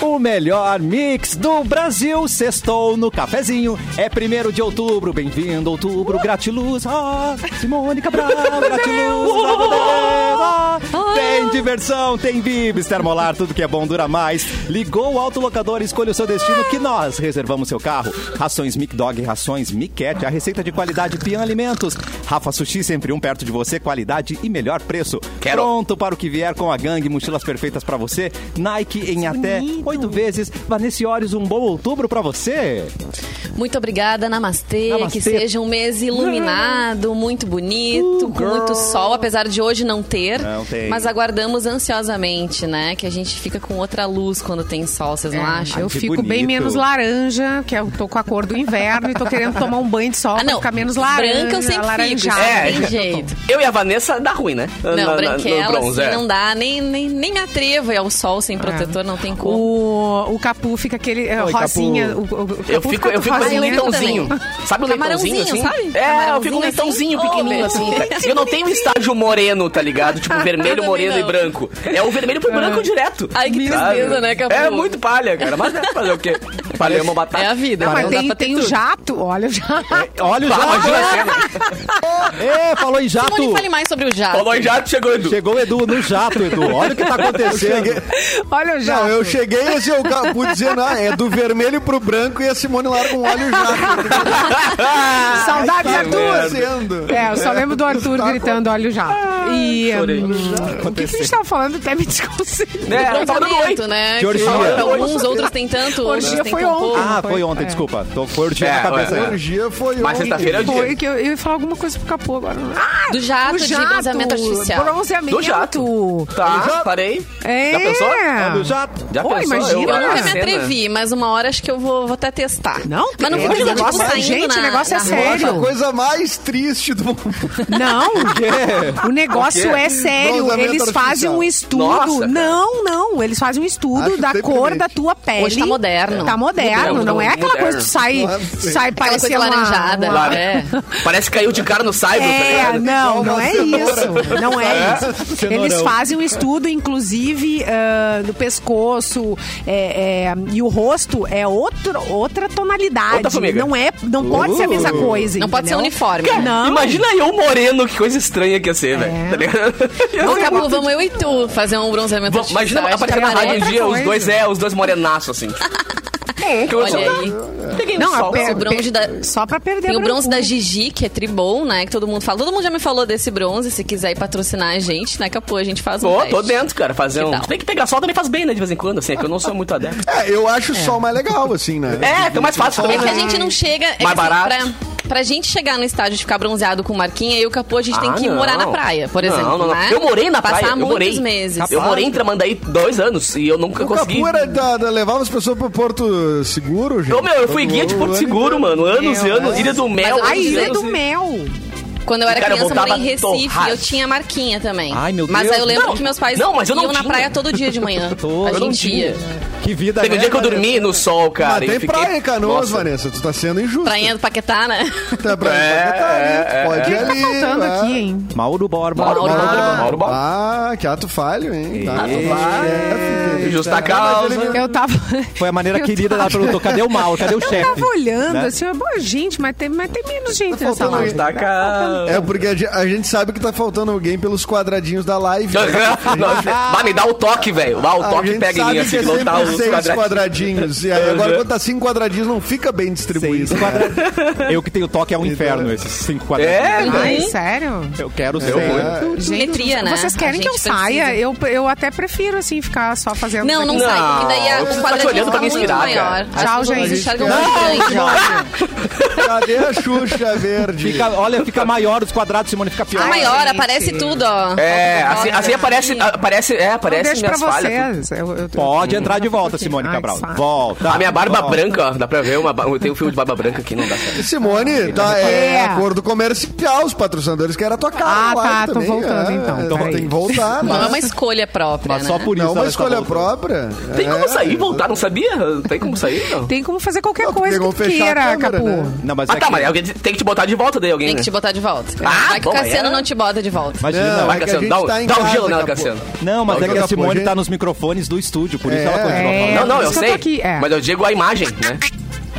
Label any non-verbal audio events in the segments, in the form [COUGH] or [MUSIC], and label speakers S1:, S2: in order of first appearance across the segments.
S1: O melhor mix do Brasil, sextou no cafezinho. É primeiro de outubro, bem-vindo outubro, gratiluz. Ah, Simone Cabral, gratiluz. ah, tem diversão, tem bibs, termolar, tudo que é bom dura mais. Ligou o autolocador, escolha o seu destino que nós reservamos seu carro. Rações Mic Dog, rações Miquete, a receita de qualidade Pian Alimentos. Rafa Sushi, sempre um perto de você, qualidade e melhor preço.
S2: Quero.
S1: Pronto para o que vier com a gangue, mochilas perfeitas para você. Nike em até oito vezes. Vanessiores, um bom outubro pra você.
S3: Muito obrigada, namastê,
S1: Namastê.
S3: Que seja um mês iluminado, muito bonito,
S1: Uh,
S3: com
S1: girl.
S3: muito sol, apesar de hoje não ter.
S1: Não tem.
S3: Mas aguardamos ansiosamente, né? Que a gente fica com outra luz quando tem sol, vocês não acham?
S1: Ai,
S4: Eu
S1: que
S4: fico bem
S1: bonito.
S4: menos laranja, que eu tô com a cor do inverno e tô querendo tomar um banho de sol
S3: Ah,
S4: pra
S3: não.
S4: ficar menos laranja.
S3: Branca eu sempre fico, isso
S4: alaranjada.
S3: não
S2: É.
S3: tem
S2: [LAUGHS]
S3: jeito.
S2: Eu e a Vanessa dá ruim, né? Na- na-
S3: Não,
S2: no
S3: branquela,
S2: bronze,
S3: assim,
S2: é.
S3: não dá. Nem, nem, nem me atrevo. É o sol sem protetor, não tem como.
S4: O, o capu fica aquele é,
S1: Oi,
S4: rosinha.
S1: Capu.
S4: O, o- o
S2: Eu fico,
S4: Capu fica
S2: eu fico
S4: rosinha. Ah,
S2: um
S3: fazendo
S2: leitãozinho. Sabe o leitãozinho
S3: Camarãozinho,
S2: assim? É, eu
S3: sabe?
S2: fico um
S3: Camarãozinho
S2: leitãozinho
S3: assim.
S2: pequenininho
S3: Oh,
S2: assim. E eu não tenho estágio moreno, tá ligado?
S3: [LAUGHS]
S2: Tipo vermelho,
S3: Também
S2: moreno e
S3: não. Ah.
S2: branco. É o vermelho pro branco direto.
S3: Ai, que
S2: Sabe?
S3: tristeza, né, Capu?
S2: É muito palha, cara. Mas dá pra fazer
S3: [LAUGHS]
S2: o quê? Palha é uma batata.
S3: É a vida.
S4: Não, mas
S3: não dá
S4: tem,
S3: pra ter
S4: tem o
S3: tudo.
S4: jato, olha o jato.
S2: É.
S1: É, Olha o
S2: Pá, imagina a
S1: jato.
S2: cena.
S3: [LAUGHS]
S1: Ê, É, falou em jato.
S3: Simone, fale mais sobre o jato.
S2: Falou em jato, chegou Edu.
S1: Chegou o Edu no jato, Edu. Olha o que tá acontecendo.
S5: Cheguei-
S4: Olha o jato.
S5: Não, eu cheguei e assim, eu ca- pude dizer, ah, é do vermelho pro branco e a Simone larga um óleo já.
S4: [LAUGHS] Saudades,
S5: Tá
S4: Arthur.
S5: acontecendo.
S4: É, eu só
S2: [LAUGHS]
S4: lembro do Arthur
S5: Tá
S4: gritando, olha o jato. E
S2: Ah, chorei.
S4: hum, o que, que a gente tava falando até me desconcentrou.
S2: É, eu tava dando oi.
S3: Casamento, né?
S1: De orgia.
S3: Que
S1: Orgia.
S3: Alguns, outros têm tanto, outros
S4: Orgia
S3: têm
S4: foi
S3: tão
S4: ontem.
S3: pouco.
S1: Ah, foi ontem,
S4: É.
S1: desculpa. Tô curtindo
S2: É,
S1: a cabeça.
S2: ué,
S5: A
S1: agora.
S5: orgia foi
S2: Mas
S5: ontem.
S2: sexta-feira é o
S4: Foi
S2: dia.
S4: que eu, eu ia falar alguma coisa pro Capu agora. Ah,
S3: Do jato,
S4: o
S3: de bronzeamento artificial.
S4: Bronzeamento.
S2: Do jato. Tá, parei.
S4: É.
S2: Já pensou?
S1: Olha o jato.
S2: Já tá
S4: Ô,
S2: pensou?
S4: imagina.
S2: Eu-
S3: Eu nunca
S2: a
S3: me
S2: cena.
S3: atrevi, mas uma hora acho que eu vou, vou até testar.
S4: Não,
S3: mas não
S4: tem-
S3: vou
S4: o
S3: ficar tipo,
S4: negócio é-
S3: saindo
S4: gente,
S3: na,
S4: o negócio é
S3: na
S4: sério.
S3: rua.
S5: Nossa, a coisa mais triste do mundo.
S4: Não, o negócio é sério.
S5: Bronzeamento
S4: Eles fazem
S5: artificial.
S4: um estudo.
S2: Nossa, cara.
S4: não, não. Eles fazem um estudo
S5: Acho
S4: da cor
S5: deprimente.
S4: da tua pele.
S3: Hoje tá moderno.
S4: Tá moderno.
S2: Moderno,
S4: não é aquela
S2: moderno.
S4: coisa que tu sai,
S5: Nossa.
S4: sai
S3: Aquela coisa
S4: parecendo uma-
S3: alaranjada.
S4: uma-
S2: Claro.
S3: É.
S2: Parece que caiu de cara no cyber, tá
S4: É,
S2: ligado?
S4: não, não é isso. Não é isso.
S1: Cenourão.
S4: Eles fazem um estudo, inclusive, ah, do pescoço é, é, e o rosto é outro, outra tonalidade.
S2: Outra formiga.
S4: não é, não pode ser a mesma
S1: Uh.
S4: coisa.
S3: Não pode ser
S4: entendeu?
S3: uniforme.
S4: Não.
S2: Imagina eu moreno, que coisa estranha que ia ser, velho. Tá [LAUGHS] ligado?
S3: Ô, Capu, vamos eu e tu fazer um bronzeamento
S2: Vamos, imagina
S3: artificial. Acho que
S2: aparecer na
S3: amarelo.
S2: rádio um dia, os dois é, os dois morenaços, assim. Que eu sou-
S3: Olha aí.
S2: [LAUGHS] Peguei
S4: Não,
S2: no sol.
S4: a pe-
S3: O bronze
S4: pe-
S3: da-
S4: É. só pra perder
S3: Tem
S2: um
S3: o bronze da
S4: brancura.
S3: Gigi, que é tribom, né? Que todo mundo fala. Todo mundo já me falou desse bronze. Se quiser ir patrocinar a gente, né, Capu? A gente faz um
S2: Tô,
S3: teste.
S2: tô dentro, cara. Fazer
S3: Que
S2: um.
S3: tal?
S2: Tem que pegar sol também faz bem, né? De vez em quando, assim. É que eu não sou muito adepto.
S1: [LAUGHS]
S5: É, eu acho o sol mais legal, assim, né?
S2: É, fica mais fácil
S3: É
S2: também.
S3: que a
S2: né?
S3: gente não chega... É que,
S2: Mais barato.
S3: pra, pra gente chegar no estádio de ficar bronzeado com marquinha, eu e o Capu, a gente tem
S2: Ah,
S3: que ir
S2: não.
S3: morar na praia, por
S2: Não,
S3: exemplo,
S2: não, não.
S3: né?
S2: Eu morei na praia.
S3: Passar
S2: eu
S3: muitos
S2: morei.
S3: meses.
S2: Eu morei em Tramandaí dois anos e eu nunca
S5: O
S2: consegui.
S5: Capu era
S1: né?
S5: da, da- levava as pessoas pro Porto Seguro, gente.
S2: Ô, meu, eu fui
S5: Todo
S2: guia de Porto
S5: ano
S2: Seguro,
S5: inteiro.
S2: mano. Anos e
S4: Meu,
S2: anos.
S4: é.
S2: Ilha do Mel.
S3: Mas
S4: A
S2: anos e
S4: Ilha
S2: anos
S4: do
S2: e-
S4: Mel.
S3: Quando eu era
S2: Cara, eu
S3: criança, eu morei em
S2: voltava
S3: Recife.
S2: torrado.
S3: Eu tinha marquinha também.
S1: Ai, meu
S3: Mas
S1: Deus.
S3: aí eu lembro
S2: Não,
S3: que meus pais
S2: não, mas eu não
S3: iam na
S2: tinha.
S3: praia todo dia
S2: [LAUGHS]
S3: de manhã.
S1: Todo.
S3: a
S1: Eu
S2: não
S3: gente
S2: tinha.
S3: ia.
S1: Que vida
S2: Teve um
S1: é,
S2: dia que eu
S1: Vanessa?
S2: dormi no sol, cara.
S5: Mas
S2: e
S5: Ah, tem
S2: fiquei-
S5: praia em Canoas,
S2: Nossa.
S5: Vanessa. Tu tá sendo injusto.
S3: Prainha do Paquetá, né?
S5: Tá, praia
S2: É, é, é.
S5: Pode ir
S4: Tá
S5: ali.
S4: faltando
S5: vai.
S4: aqui, hein?
S1: né? Mauro Borba.
S2: Mauro
S1: Borba.
S2: Borba. Mauro Borba.
S5: Ah, que ato falho, hein? Que ato
S2: Ei,
S5: falho.
S2: justa
S5: Ah,
S2: [LAUGHS]
S5: mas ele-
S4: Eu tava. [LAUGHS]
S1: Foi a maneira querida, ela perguntou, cadê o Mauro, cadê o
S4: Eu
S1: chefe?
S4: tava olhando,
S1: Né?
S4: assim, boa gente, mas tem, mas tem menos gente
S5: Tá
S4: nessa
S5: faltando
S4: live.
S5: alguém.
S2: Tá, cara.
S5: É porque a gente- a gente sabe que tá faltando alguém pelos quadradinhos da live. né?
S2: [LAUGHS] Vai, me dá o toque, velho. Vai, o
S5: Ah. A
S2: toque
S5: gente
S2: pega em
S5: sabe
S2: mim, assim,
S5: que é
S2: não tá
S5: sempre
S2: os
S5: seis
S2: quadrados.
S5: quadradinhos. E aí, agora, quando tá cinco quadradinhos, não fica bem distribuído.
S1: Seis
S5: né?
S1: quadradinhos. Eu que tenho toque é um inferno, esses cinco quadradinhos.
S5: né?
S2: É,
S4: Ai,
S3: Uhum.
S4: sério?
S1: Eu quero ser.
S5: É.
S3: Simetria, né?
S4: Vocês
S3: A
S4: querem que eu
S3: gente
S4: saia?
S3: precisa.
S4: Eu, eu até prefiro, assim, ficar só fazendo.
S3: Não, não,
S4: daqui.
S3: sai,
S2: Não,
S3: porque daí a-
S2: eu preciso
S3: o
S2: ficar te
S3: quadradinho
S2: olhando
S3: fica
S2: pra me
S3: muito
S2: inspirar, cara.
S3: maior. As
S4: Tchau,
S3: pessoas
S4: gente.
S3: enxergam
S5: Não,
S3: muito grande.
S5: um Cadê a Xuxa Verde?
S1: Fica, olha, fica maior os quadrados, Simone, fica pior.
S3: Fica maior,
S4: gente.
S3: aparece tudo, ó.
S2: É,
S3: Foto,
S2: assim, assim
S5: né?
S3: fotografia.
S2: aparece, aparece, é,
S4: Eu
S5: Então
S2: aparece
S4: deixo pra
S2: minhas falhas.
S4: vocês. Eu- eu-
S1: Pode entrar de Volta, Simone
S4: Ai,
S1: Cabral.
S4: que saco.
S1: Volta.
S2: Hum. A minha barba
S1: volta.
S2: branca, ó, dá pra ver uma. ba- Eu tenho um fio de barba branca aqui, não dá certo.
S5: Simone, tá, é,
S4: É.
S5: acordo comercial, os patrocinadores querem a tua cara.
S4: Ah,
S5: lá
S4: tá, tô
S5: também,
S4: voltando, então,
S5: Então
S4: peraí.
S5: tem que voltar, né?
S3: Não é uma escolha própria,
S1: Mas
S3: né?
S1: só por isso.
S5: Não é uma
S1: ela está
S5: escolha
S1: voltando.
S5: própria.
S2: Tem
S5: É.
S2: como sair e voltar, não sabia? Tem como sair? Não.
S4: Tem como fazer qualquer
S5: Não, porque
S4: coisa que
S5: vão
S4: tu
S5: fechar a
S4: queira,
S5: câmera,
S4: Capu.
S5: né?
S1: Não, mas
S2: Ah,
S1: é
S2: tá,
S1: que-
S2: mas alguém tem que te botar de volta daí, alguém.
S3: Tem
S2: né?
S3: que te botar de volta.
S2: Ah,
S3: Vai que o
S2: bom, aí
S3: Cassiano
S2: é.
S3: não te bota de volta.
S1: Imagina,
S5: Não,
S2: Vai,
S5: é que a
S2: Cassiano,
S5: gente
S2: dá, um-
S5: tá em
S2: dá um
S5: casa,
S2: gelo nela,
S5: acabou.
S2: Cassiano.
S1: Não, mas
S2: Dá um
S1: é que
S2: gelo.
S1: a Simone
S5: Capu,
S1: tá nos microfones do estúdio, por isso
S5: É.
S1: ela continua
S4: É.
S1: falando.
S2: Não, não, eu
S4: Por isso que
S2: sei.
S4: eu tô aqui, é.
S2: Mas eu digo a imagem, né?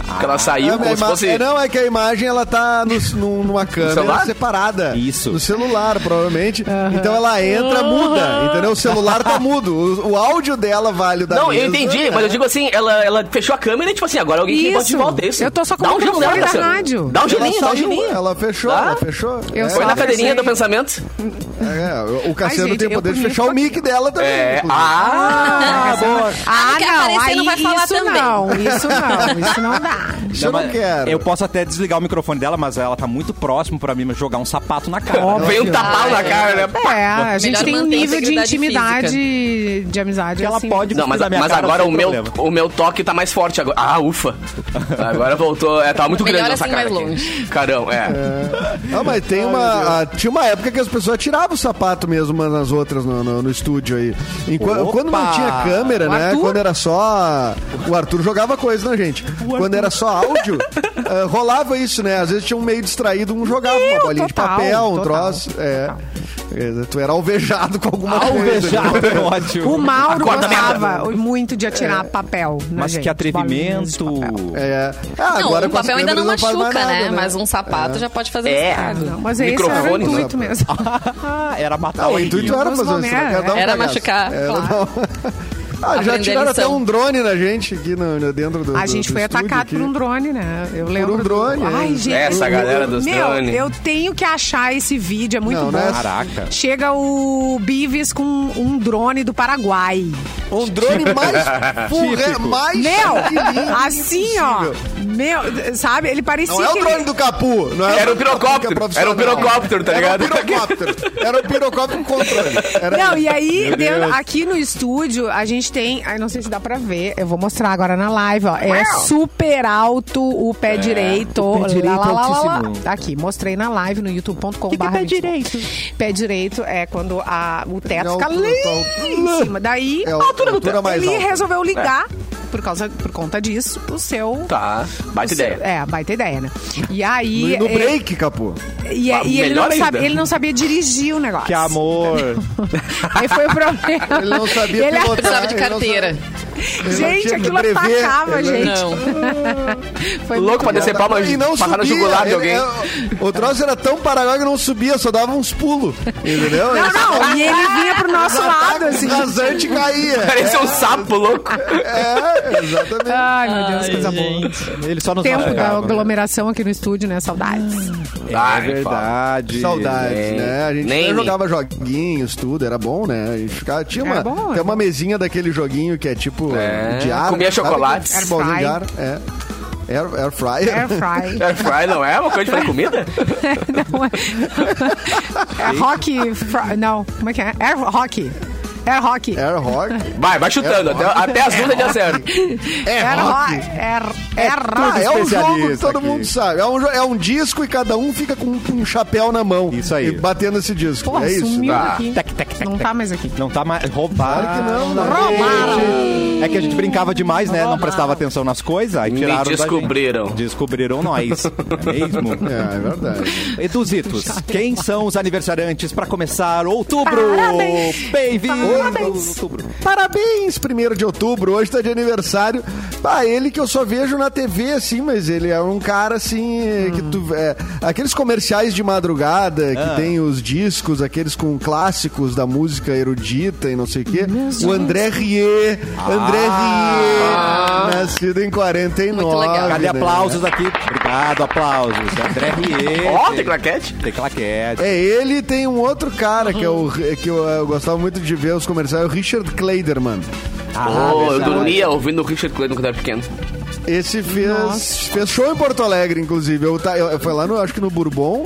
S2: Porque ela
S5: É,
S2: saiu
S5: a
S2: como se
S5: ima-
S2: fosse.
S5: é, não, é que a imagem ela tá no, num- numa câmera
S2: celular?
S5: separada.
S1: Isso.
S5: No celular, provavelmente. Então ela entra, muda. Entendeu? O celular tá mudo. O, o áudio dela vale o da
S2: Não,
S5: mesa.
S2: eu entendi, mas eu digo assim, ela, ela fechou a câmera e tipo assim, agora alguém que bota de
S4: Isso.
S2: volta isso.
S4: Eu tô só com
S2: Dá
S4: o
S2: um gelo
S4: microfone
S2: nela,
S4: da
S2: Cassiano.
S4: rádio.
S2: Dá um
S5: Ela
S2: gelinho, dá um
S5: saiu,
S2: gelinho.
S5: Ela fechou,
S2: Tá?
S5: ela fechou.
S4: Eu
S5: É,
S4: só
S2: Foi na
S5: ela-
S2: cadeirinha
S4: pensei.
S2: do pensamento.
S5: é, o- o Cassiano
S4: gente,
S5: tem o
S4: eu
S5: poder de
S4: por mim
S5: fechar o mic dela também.
S2: É.
S5: inclusive.
S2: Ah!
S5: Acabou.
S4: Ah,
S3: quer aparecer, não vai falar
S4: isso
S3: também.
S4: não, isso não,
S3: [LAUGHS]
S4: isso não dá.
S5: Isso eu não
S1: mas
S5: quero.
S1: Eu posso até desligar o microfone dela, mas ela tá muito próximo pra mim jogar um sapato na cara.
S4: Óbvio.
S2: Veio um tapau na
S3: Ah,
S2: cara, né?
S4: É, a gente
S3: Melhor
S4: tem um
S3: manter a
S4: nível de
S3: integridade
S4: intimidade, de amizade.
S1: Que ela
S4: assim.
S1: pode
S2: Não, mas,
S1: cuspir na minha
S2: mas
S1: cara
S2: agora
S1: sem
S2: o meu,
S1: problema.
S2: o meu toque tá mais forte agora. Ah, ufa. Agora voltou. É, tava muito
S3: Melhor
S2: grande essa
S3: assim,
S2: cara
S3: mais
S2: aqui.
S3: longe.
S2: Carão, é.
S5: Ah, mas tem uma. ah, tinha uma época que as pessoas tiravam o sapato mesmo umas nas outras no, no- no estúdio aí. Enqu-
S1: Opa!
S5: quando não tinha câmera,
S4: O
S5: né?
S4: Arthur?
S5: Quando era só. O Arthur jogava coisa, né, gente? Quando era só áudio,
S3: [LAUGHS]
S5: ah, rolava isso, né? Às vezes tinha um meio distraído, um jogava uma
S4: Meu,
S5: bolinha de
S4: total,
S5: papel, um
S4: total,
S5: troço. É. É, Tu era alvejado com alguma coisa. né?
S1: Alvejado, é ótimo.
S4: O Mauro
S2: Acorda,
S4: gostava muito de atirar papel. na
S1: Mas
S4: gente,
S1: que
S4: bolinhas de
S1: atrevimento.
S4: papel.
S5: É. Ah,
S3: Não,
S5: agora
S3: um
S5: com as
S3: papel ainda não
S5: câmeras
S3: machuca,
S5: faz mais nada,
S3: né? Mas um sapato já pode fazer
S2: É.
S4: Ah,
S3: estrago.
S4: não, mas esse era o
S2: Microfone,
S4: intuito
S5: né?
S4: mesmo.
S1: Ah, era matar
S5: Ah, o
S1: alguém.
S5: intuito era fazer um estrago, era, dar um
S3: né? Era
S5: cagaço.
S3: machucar,
S5: Era
S3: claro.
S5: dar um- Ah, já
S3: Aprender
S5: tiraram
S3: a lição.
S5: até um drone na gente aqui no, no- dentro do
S4: A
S5: Ah, do-
S4: gente
S5: do
S4: foi
S5: estúdio
S4: atacado
S5: aqui.
S4: por um drone, né? Eu lembro. do-
S5: drone, é.
S4: Ai, gente.
S2: Essa
S4: eu-
S2: galera dos
S4: Meu,
S2: drone.
S4: eu tenho que achar esse vídeo, é muito
S5: Não,
S4: bom.
S5: né?
S1: Caraca.
S4: Chega o Bives com um drone do Paraguai.
S5: Um drone
S4: [LAUGHS]
S5: mais furre,
S1: Típico.
S5: mais
S4: Meu,
S5: tranquilinho
S4: assim, ó.
S5: impossível.
S4: Meu, sabe? Ele parecia
S5: Não é o
S4: que ele-
S5: drone do Capu, não é
S2: Era
S5: o
S2: um pirocóptero.
S5: drone do Capu, que é
S2: Era um pirocóptero, tá ligado?
S5: Era um pirocóptero. Era um pirocóptero com controle. Era-
S4: Não, e aí,
S1: Meu
S4: dentro-
S1: Deus.
S4: aqui no estúdio, a gente tem. Ai, não sei se dá pra ver. Eu vou mostrar agora na live, ó. É super alto o
S5: É,
S4: pé direito.
S1: o pé direito altíssimo.
S4: Tá Aqui, mostrei na live no youtube.com. Pé
S5: é
S4: direito. Pé direito é quando a- o teto
S5: Não,
S4: fica
S5: não,
S4: ali
S5: não.
S4: em cima. Daí,
S5: É a altura do teto. mais
S4: ele
S5: alta. É.
S4: resolveu ligar, por, causa, por conta disso, o seu.
S2: Tá, baita
S4: o seu-
S2: ideia.
S4: É, baita ideia, né? E é- aí.
S5: E no
S4: ele-
S5: break, Capu.
S4: e, é,
S2: Ah,
S4: e ele, não
S2: melhor
S4: sabe-
S2: ainda.
S4: ele não sabia dirigir o negócio.
S1: Que amor.
S4: Aí foi
S5: [LAUGHS]
S4: o problema.
S5: Ele não sabia
S4: Ele-
S5: pilotar.
S3: Precisava de
S5: ele não
S3: carteira.
S5: sabia-
S4: Gente,
S5: tinha que
S4: aquilo
S5: prever,
S4: atacava,
S5: ele-
S4: gente.
S3: Não.
S4: Foi
S2: Louco pra
S4: muito
S2: descer palma,
S5: E não
S2: passar
S5: subia.
S2: no jugular de
S5: ele-
S2: alguém.
S5: é, o troço era tão paraguai que não subia, só dava uns pulos. Entendeu?
S4: bom.
S5: Ele-
S4: Não, não, e ele vinha pro nosso lado, assim.
S5: rasante caía.
S2: Parecia um sapo louco.
S5: É, exatamente.
S4: Ai, meu Deus, coisa boa.
S1: Ele só nos
S4: Tempo da
S1: machucava, né?
S4: aglomeração aqui no estúdio, né? Saudades.
S2: Ai,
S1: É
S2: fala.
S1: verdade.
S5: Saudades,
S2: Nem-
S5: né? A gente
S2: nem
S5: até
S2: me-
S5: jogava joguinhos, tudo, era bom, né? A gente ficava, tinha uma,
S4: Era bom,
S5: tem
S4: era
S5: uma mesinha daquele joguinho que é tipo
S2: É,
S5: de ar.
S2: comia
S5: sabe?
S2: chocolates.
S5: Aquele bolzinho de
S4: Air
S5: ar, é. Air, air fryer. [LAUGHS]
S4: Air [LAUGHS] fry.
S2: Air fry não é uma coisa de fazer comida?
S4: Não é- é rock. Fry. Não, como é que é? Air rock. Air rock.
S5: Air rock.
S2: Vai, vai chutando. Até, até as duas ele acerta.
S5: É
S4: Air rock. Air, air
S5: Ah,
S4: rock.
S5: é um jogo que
S1: especialista
S5: todo
S1: aqui.
S5: mundo sabe. É um, jo- é um disco e cada um fica com um- com um chapéu na mão.
S1: Isso aí.
S5: E batendo esse disco.
S4: Porra,
S5: é isso.
S4: sumiu
S5: né?
S4: daqui.
S1: Tec, tec, tec,
S4: Não
S1: tec.
S4: tá mais aqui.
S1: Não tá mais. Roubaram.
S5: Claro que
S4: Ah,
S5: não. né?
S1: É que a gente brincava demais, né? Não prestava atenção nas coisas. Aí
S2: Me
S1: tiraram da
S2: descobriram.
S1: gente. Descobriram
S5: [LAUGHS]
S1: nós. É mesmo?
S5: É, é verdade.
S1: Eduzitos, quem são os aniversariantes para começar outubro?
S4: Parabéns.
S1: Bem-vindos!
S4: Parabéns.
S1: Outubro.
S5: Parabéns, 1 de outubro, hoje tá de aniversário. Ah, ele que eu só vejo na TV, assim, mas ele é um cara, assim, eh, que tu... é, aqueles comerciais de madrugada, que tem os discos, aqueles com clássicos da música erudita e não sei o quê. O André Rieu, André Rieu, nascido em 49.
S3: Muito legal.
S1: Cadê
S5: né?
S1: aplausos aqui? Obrigado, aplausos. André Rieu.
S2: Ó, tem claquete.
S1: Tem claquete.
S5: É, ele e tem um outro cara que, é o, que eu, eu gostava muito de ver os comerciais, é o Richard Kleiderman.
S1: Ah,
S2: oh, eu
S1: verdade.
S2: dormia ouvindo o Richard Clayton quando era pequeno.
S5: Esse fez, fez show em Porto Alegre, inclusive. Eu, ta- eu, eu- foi lá, no, acho que no Bourbon.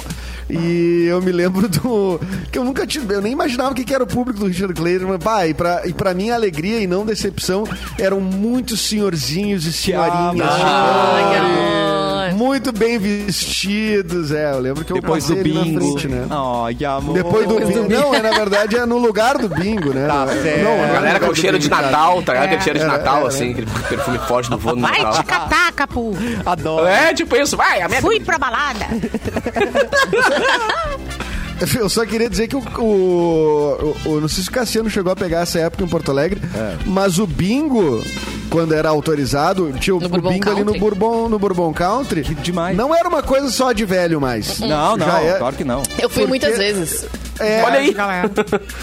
S5: E eu me lembro do. que eu nunca tive. Eu nem imaginava o que que era o público do Richard Clayderman. Pá, e pra, e pra minha alegria e não decepção, eram muitos senhorzinhos e senhorinhas.
S3: Ai, amor.
S5: muito bem vestidos, é. Eu lembro que
S1: Depois
S5: eu
S1: do
S5: passei ali na
S1: bingo.
S5: frente, né?
S1: Ai, que amor.
S5: Depois do bingo. Não, é, na verdade é no lugar do bingo, né?
S1: Tá
S5: Não,
S1: certo.
S5: não, é
S1: A
S5: no
S2: A galera
S5: lugar
S2: com
S5: do
S2: cheiro de
S5: bingo, tá?
S2: Natal, tá ligado?
S4: É,
S2: Aquele cheiro de
S5: é,
S2: Natal,
S5: é,
S2: assim, aquele perfume forte do voo no
S4: Vai
S2: Natal.
S4: te catar, Capu.
S1: Adoro.
S2: É, tipo isso, vai, a minha
S4: Fui pra balada.
S5: [LAUGHS] Eu só queria dizer que o, o- o- o- Não sei se o Cassiano chegou a pegar essa época em Porto Alegre,
S1: É.
S5: mas o bingo, quando era autorizado, tinha o,
S3: No
S5: o
S3: Bourbon
S5: bingo ali no
S3: Country?
S5: Bourbon, no Bourbon Country.
S1: Que demais.
S5: Não era uma coisa só de velho mais.
S1: Não, não,
S5: Já é-
S1: claro que não.
S3: Eu fui
S5: Porque-
S3: muitas vezes.
S5: é,
S2: Olha aí.
S4: Galera.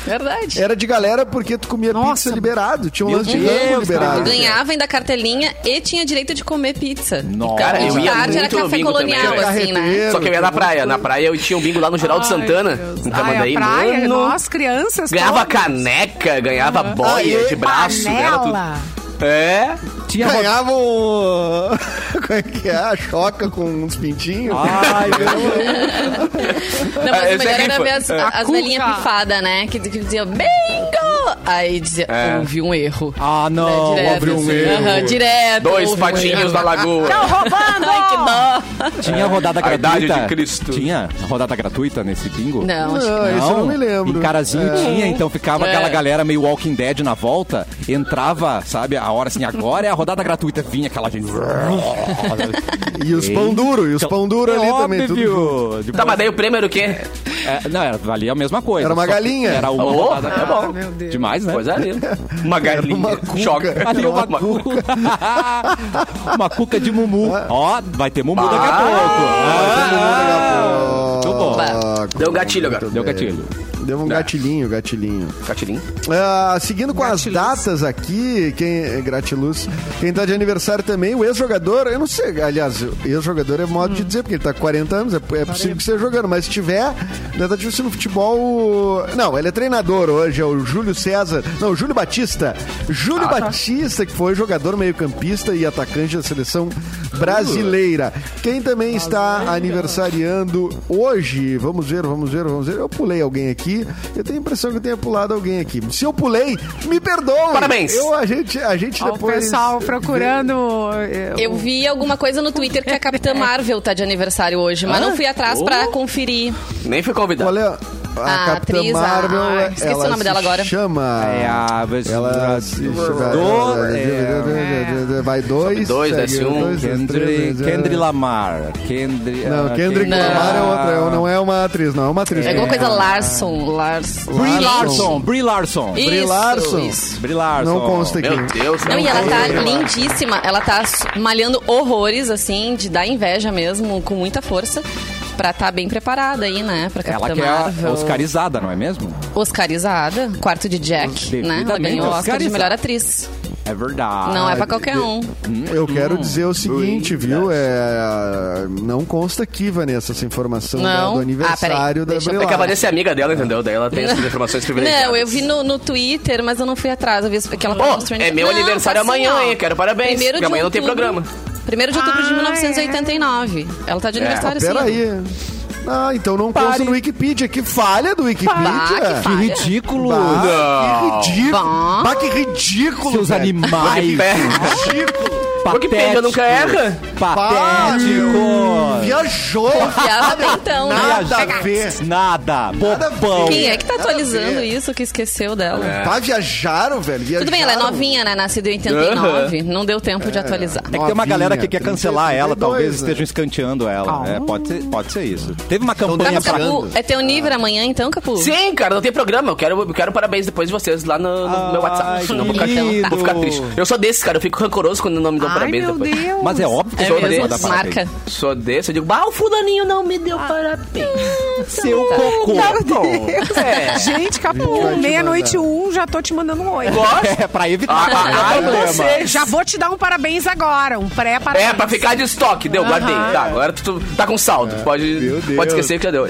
S3: Verdade.
S5: Era de galera porque tu comia
S4: Nossa.
S5: pizza liberado, tinha um
S1: Meu
S5: lance de
S1: Deus,
S5: rango
S1: cara.
S5: liberado.
S3: Ganhava ainda cartelinha e tinha direito de comer pizza. Então,
S1: Nossa.
S2: Cara, eu
S3: de
S2: ia
S3: tarde era
S2: muito no
S3: café
S2: bingo também,
S3: colonial,
S2: velho.
S3: assim, né?
S5: Carreteiro.
S2: Só que eu ia na praia. Na praia eu tinha um bingo lá no Geraldo Santana. Em
S4: Ai,
S2: Tramandaí,
S4: a praia,
S2: Tá, mano.
S4: nós, crianças.
S2: Ganhava
S4: todas.
S2: caneca, ganhava boia
S5: Aê,
S2: de braço. ganhava tudo.
S4: Panela.
S2: É.
S1: Tinha rodada.
S5: Ganhava um. [LAUGHS] Como é que é? A choca com uns pintinhos.
S1: Ai, meu Deus.
S3: Não, mas
S2: Ah,
S3: o
S2: esse
S3: melhor
S2: aqui
S3: era
S2: foi-
S3: ver as,
S2: é.
S4: A
S3: as
S4: cuca.
S3: velhinhas pifadas, né? Que, que dizia bingo! Aí dizia,
S2: É.
S3: houve um erro.
S1: Ah, não.
S3: Né,
S1: houve um erro.
S3: Aham, direto.
S2: Dois
S3: houve um erro.
S2: patinhos da lagoa.
S4: Estão roubando!
S3: Ai, que dó.
S1: Tinha rodada
S2: A idade
S1: gratuita.
S2: de Cristo.
S1: Tinha rodada gratuita nesse bingo?
S3: Não, acho
S5: Não,
S3: que
S5: isso eu não me lembro.
S1: Em Carazinho tinha, então ficava
S3: É.
S1: aquela galera meio Walking Dead na volta, entrava, sabe, a hora assim, agora é a rodada gratuita, vinha aquela gente.
S5: E os pão duro, e os pão Um duro ali também. Tudo junto.
S1: Então, é Óbvio.
S2: Tá, mas daí o prêmio era o quê?
S1: É, não, era, valia a mesma coisa.
S5: Era uma
S1: só que
S5: galinha. é.
S1: Era uma
S2: Oh,
S1: rodada
S3: tá
S2: é
S1: gratuita.
S2: bom.
S4: Meu Deus.
S1: Demais, né? [LAUGHS]
S2: Coisa linda. Uma galinha.
S5: uma cuca.
S2: Choca.
S1: Ali uma cuca. [LAUGHS] uma cuca de mumu. Ó, vai ter mumu daqui a
S2: Ah,
S1: pouco.
S5: Ah,
S1: Muito bom.
S2: Deu um gatilho agora.
S5: Muito
S1: Deu
S5: bem.
S1: gatilho.
S5: Deu um gatilhinho, gatilhinho.
S2: Catirinho.
S5: Ah, seguindo com
S4: Gratiluz.
S5: as datas aqui, quem eh, Gratiluz, quem tá de aniversário também, o ex-jogador, eu não sei, aliás, ex-jogador é modo
S2: Hum.
S5: de dizer, porque ele tá com 40 anos, é, é possível que seja jogando, mas se tiver, deve estar se no futebol. Não, ele é treinador hoje, é o Júlio César, não, Júlio Batista. Júlio
S4: Ah.
S5: Batista, que foi jogador meio-campista e atacante da seleção brasileira. Quem também está aniversariando hoje, vamos ver, vamos ver, vamos ver. Eu pulei alguém aqui, eu tenho a impressão que eu tenha pulado alguém aqui. Se eu pulei, me perdoem.
S2: Parabéns.
S5: Eu, a gente, a gente
S4: Ó, O
S5: depois.
S4: pessoal procurando. eh,
S3: Eu vi alguma coisa no Twitter que a [LAUGHS] Capitã Marvel tá de aniversário hoje, mas não fui atrás pra conferir.
S2: Nem fui convidado.
S5: Qual é a,
S3: Ah, A
S5: Capitã
S3: atriz, a-
S5: Marvel?
S3: ai, esqueci
S5: ela
S3: o nome
S5: se
S3: dela agora.
S5: Chama.
S1: É a
S5: Ela se
S1: do é,
S5: Vai dois.
S2: dois,
S5: segue
S2: desce um.
S5: dois, desce três,
S1: Kendri,
S5: desce-
S1: Kendri Lamar. Kendri,
S5: Não,
S1: ah,
S5: Kendrick
S3: Não.
S5: Lamar é outra, não é uma atriz, não é uma atriz.
S3: É alguma coisa Larson. Lars...
S1: Brie
S5: Larson.
S1: Larson. Brie Larson.
S3: Isso,
S5: Brie Larson.
S3: isso.
S1: Brie Larson.
S5: Não consta aqui.
S2: Meu Deus.
S3: Não,
S2: cara.
S3: e ela tá
S5: Ela-
S3: lindíssima. Ela tá su- malhando horrores, assim, de dar inveja mesmo, com muita força. Pra tá bem preparada aí, né? Pra Capitã
S1: Ela que é a
S3: Marvel.
S1: oscarizada, não é mesmo?
S3: Oscarizada, quarto de Jack, né? Ela
S1: Devidamente
S3: ganhou o Oscar de
S1: oscarizada.
S3: melhor atriz.
S1: É verdade.
S2: Ah,
S3: Não é pra qualquer um.
S5: Hum, Eu quero dizer o seguinte,
S1: Ui,
S5: viu? É, não consta aqui, Vanessa, essa informação
S3: Não?
S5: da-
S3: Ah,
S5: do
S3: peraí,
S5: aniversário da
S3: deixa eu
S5: Brie
S2: É que a
S5: Larson.
S2: Vanessa é amiga dela, entendeu? Daí ela tem
S3: [LAUGHS]
S2: essas informações privilegiadas.
S3: Não, eu vi no, no Twitter, mas eu não fui atrás. Eu vi que ela
S2: Pô,
S3: no Stranger
S2: é meu
S3: Não,
S2: aniversário
S3: assim,
S2: amanhã,
S3: ó,
S2: hein? Quero parabéns.
S3: primeiro
S2: Porque
S3: de
S2: amanhã não tem
S3: outubro-
S2: programa. É.
S3: Primeiro de outubro de
S4: Ah,
S3: 1989. Ela tá de aniversário, sim.
S5: é. Peraí. Ah, então não consta
S1: Pare.
S5: no Wikipedia. Que falha do
S3: que
S5: Wikipedia.
S1: Que
S3: Olha.
S1: ridículo.
S5: Bah, que ridículo.
S3: Bah.
S5: Bah, que ridículo.
S1: Seus
S5: velho.
S1: animais.
S5: Ridículo.
S2: Wikipedia nunca erra.
S5: Pá,
S1: Patéticos.
S5: Viajou.
S3: Viajava então, né?
S5: Nada a ver.
S1: Nada. Bobão.
S3: Quem é que tá
S5: Nada a
S3: atualizando
S5: ver.
S3: isso que esqueceu dela?
S5: Pá, Tá, viajaram, velho.
S3: Tudo bem, ela é
S5: viajaram.
S3: novinha, né? Nascida em 89. Não deu tempo de atualizar.
S1: É que tem uma
S5: Novinha,
S1: galera que quer cancelar
S5: 32,
S1: ela, talvez
S5: né?
S1: estejam escanteando ela. É, pode, ser, pode ser isso. Teve uma campanha
S3: Mas,
S1: pra.
S3: Capu, é teu nível amanhã então, Capu?
S2: Sim, cara, não tem programa. Eu quero, eu quero parabéns depois de vocês lá no, no meu
S1: Ai,
S2: WhatsApp.
S1: que
S2: [LAUGHS] Não vou,
S1: lindo.
S2: ficar, vou ficar triste. Eu sou desses, cara. Eu fico rancoroso quando não me dão
S4: Ai,
S2: parabéns
S4: meu
S2: depois.
S4: Deus.
S1: Mas é óbvio que
S3: É
S1: só vai
S3: mesmo?
S1: mandar parabéns.
S3: Marca.
S2: Sou desse, eu digo, bah, o fulaninho não me
S3: Ah,
S2: deu parabéns.
S1: Seu
S3: Então tá.
S1: cocô.
S4: Meu Deus.
S2: É.
S4: Gente,
S5: Gente, vai
S4: Capu,
S5: te
S4: meia-noite um, já tô te mandando um oi. Então,
S2: Gosto.
S1: [LAUGHS] É pra
S2: Ah,
S1: evitar.
S2: ah, ah,
S1: problema.
S2: vocês.
S4: Já vou te dar um parabéns agora, um pré-parabéns.
S2: É, pra ficar de estoque. Deu, guardei. Tá, agora tu, tu tá com saldo.
S5: meu
S2: pode,
S5: Deus.
S2: pode esquecer que já deu.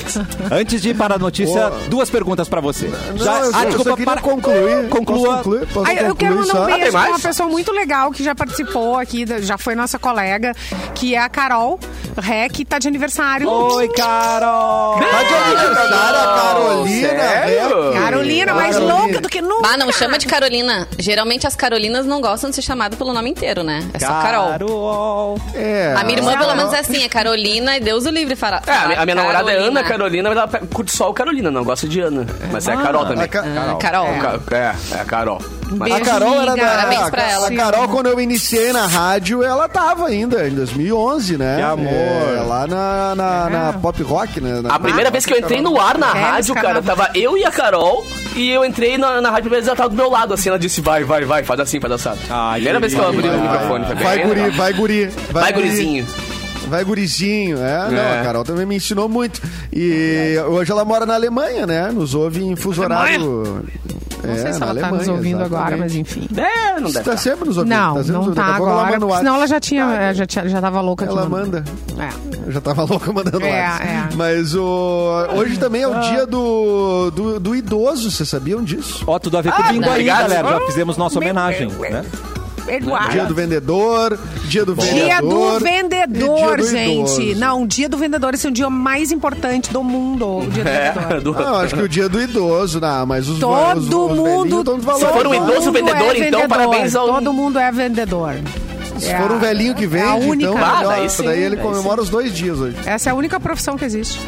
S1: Antes de ir para a notícia, duas perguntas pra você. ah,
S5: Não,
S4: Ah,
S5: eu, só, eu só queria concluir. Posso
S1: Conclua.
S5: concluir? Posso
S4: Ai, eu quero
S5: concluir
S4: mandar
S5: só?
S4: um beijo
S2: tem
S4: pra uma
S2: mais?
S4: pessoa muito legal que já participou aqui, da- já foi nossa colega, que é a Carol, Rec tá de aniversário.
S1: Oi, Carol!
S5: Tá de aniversário a Carolina,
S2: Sério?
S5: Beck.
S4: Carolina, mais
S5: Carolina.
S4: louca do que nunca.
S3: Ah, não chama de Carolina. Geralmente as Carolinas não gostam de ser chamada pelo nome inteiro, né? É só Carol.
S1: Carol.
S5: É.
S3: A minha irmã,
S5: Carol.
S3: pelo menos, é assim, é Carolina e Deus o livre fala.
S2: É, a minha, a minha namorada é Ana Carolina, mas ela pe- curte só o Carolina, não gosta de Ana. Mas é a Carol também.
S5: A Ca-
S3: Ah, Carol.
S2: Ca- É, é a Carol.
S3: Um
S2: Mas
S5: A
S4: Beijo,
S5: Carol era
S4: amiga.
S5: da.
S3: Parabéns pra
S5: a-
S3: ela.
S5: A Carol, quando eu iniciei na rádio, ela tava ainda, em 2011, né?
S1: Que amor.
S5: É, lá na, na,
S4: Ah.
S5: na pop rock, né? Na-
S2: a primeira vez que eu entrei no ar na
S4: Carol.
S2: rádio, cara, tava eu e a Carol, e eu entrei na, na rádio, primeira vez ela tava do meu lado, assim, ela disse, vai, vai, vai, faz assim, faz assado.
S1: Ai,
S2: primeira vez que ela
S1: querida.
S2: abriu o
S1: Vai,
S2: microfone. foi bem
S5: Vai
S2: legal.
S5: guri, vai guri.
S2: Vai,
S5: guri.
S2: gurizinho.
S5: Vai gurizinho, é. Não, a Carol também me ensinou muito. E hoje ela mora na Alemanha, né? Nos ouve em fuso horário. É,
S4: Não sei se ela tá nos ouvindo agora, mas enfim.
S2: É, não
S5: Você
S2: deve
S5: tá
S2: tá.
S5: sempre nos ouvindo.
S4: Não,
S5: sempre nos
S4: não
S5: ouvindo. Daqui
S4: tá
S5: a pouco
S4: agora.
S5: manda um
S4: porque
S5: no
S4: Senão ela já
S5: WhatsApp.
S4: tinha. Já, tinha- já tava louca
S5: Ela
S4: aqui.
S5: manda.
S4: É.
S5: Eu já tava louca mandando
S4: É,
S5: lá.
S4: é.
S5: Mas o... hoje também é o dia do, do, do idoso, vocês sabiam disso?
S1: Ó, tudo a ver com o bingo aí,
S2: obrigado.
S1: galera. Já fizemos nossa
S4: Meu
S1: homenagem,
S4: Deus.
S1: né?
S4: Eduardo.
S5: Dia do vendedor, dia do
S4: Ah, é. Dia
S5: vereador.
S4: do vendedor,
S5: e dia do
S4: gente.
S5: idoso.
S4: Não, o dia do vendedor, esse é o dia mais importante do mundo. O dia do vendedor.
S2: [LAUGHS]
S3: né?
S2: É, do-
S3: Ah,
S5: Não, acho que o dia do idoso, não, mas os
S4: Todo
S5: os- os velhinhos
S4: mundo.
S5: tão
S4: todo
S2: Se for um idoso
S4: mundo
S2: vendedor, então, parabéns ao-
S4: Todo mundo é vendedor.
S5: Se for um velhinho que vende,
S4: É a única.
S5: então,
S2: Ah,
S5: melhor.
S2: daí sim,
S5: daí ele
S2: daí
S5: comemora os dois dias hoje.
S4: Essa é a única profissão que existe.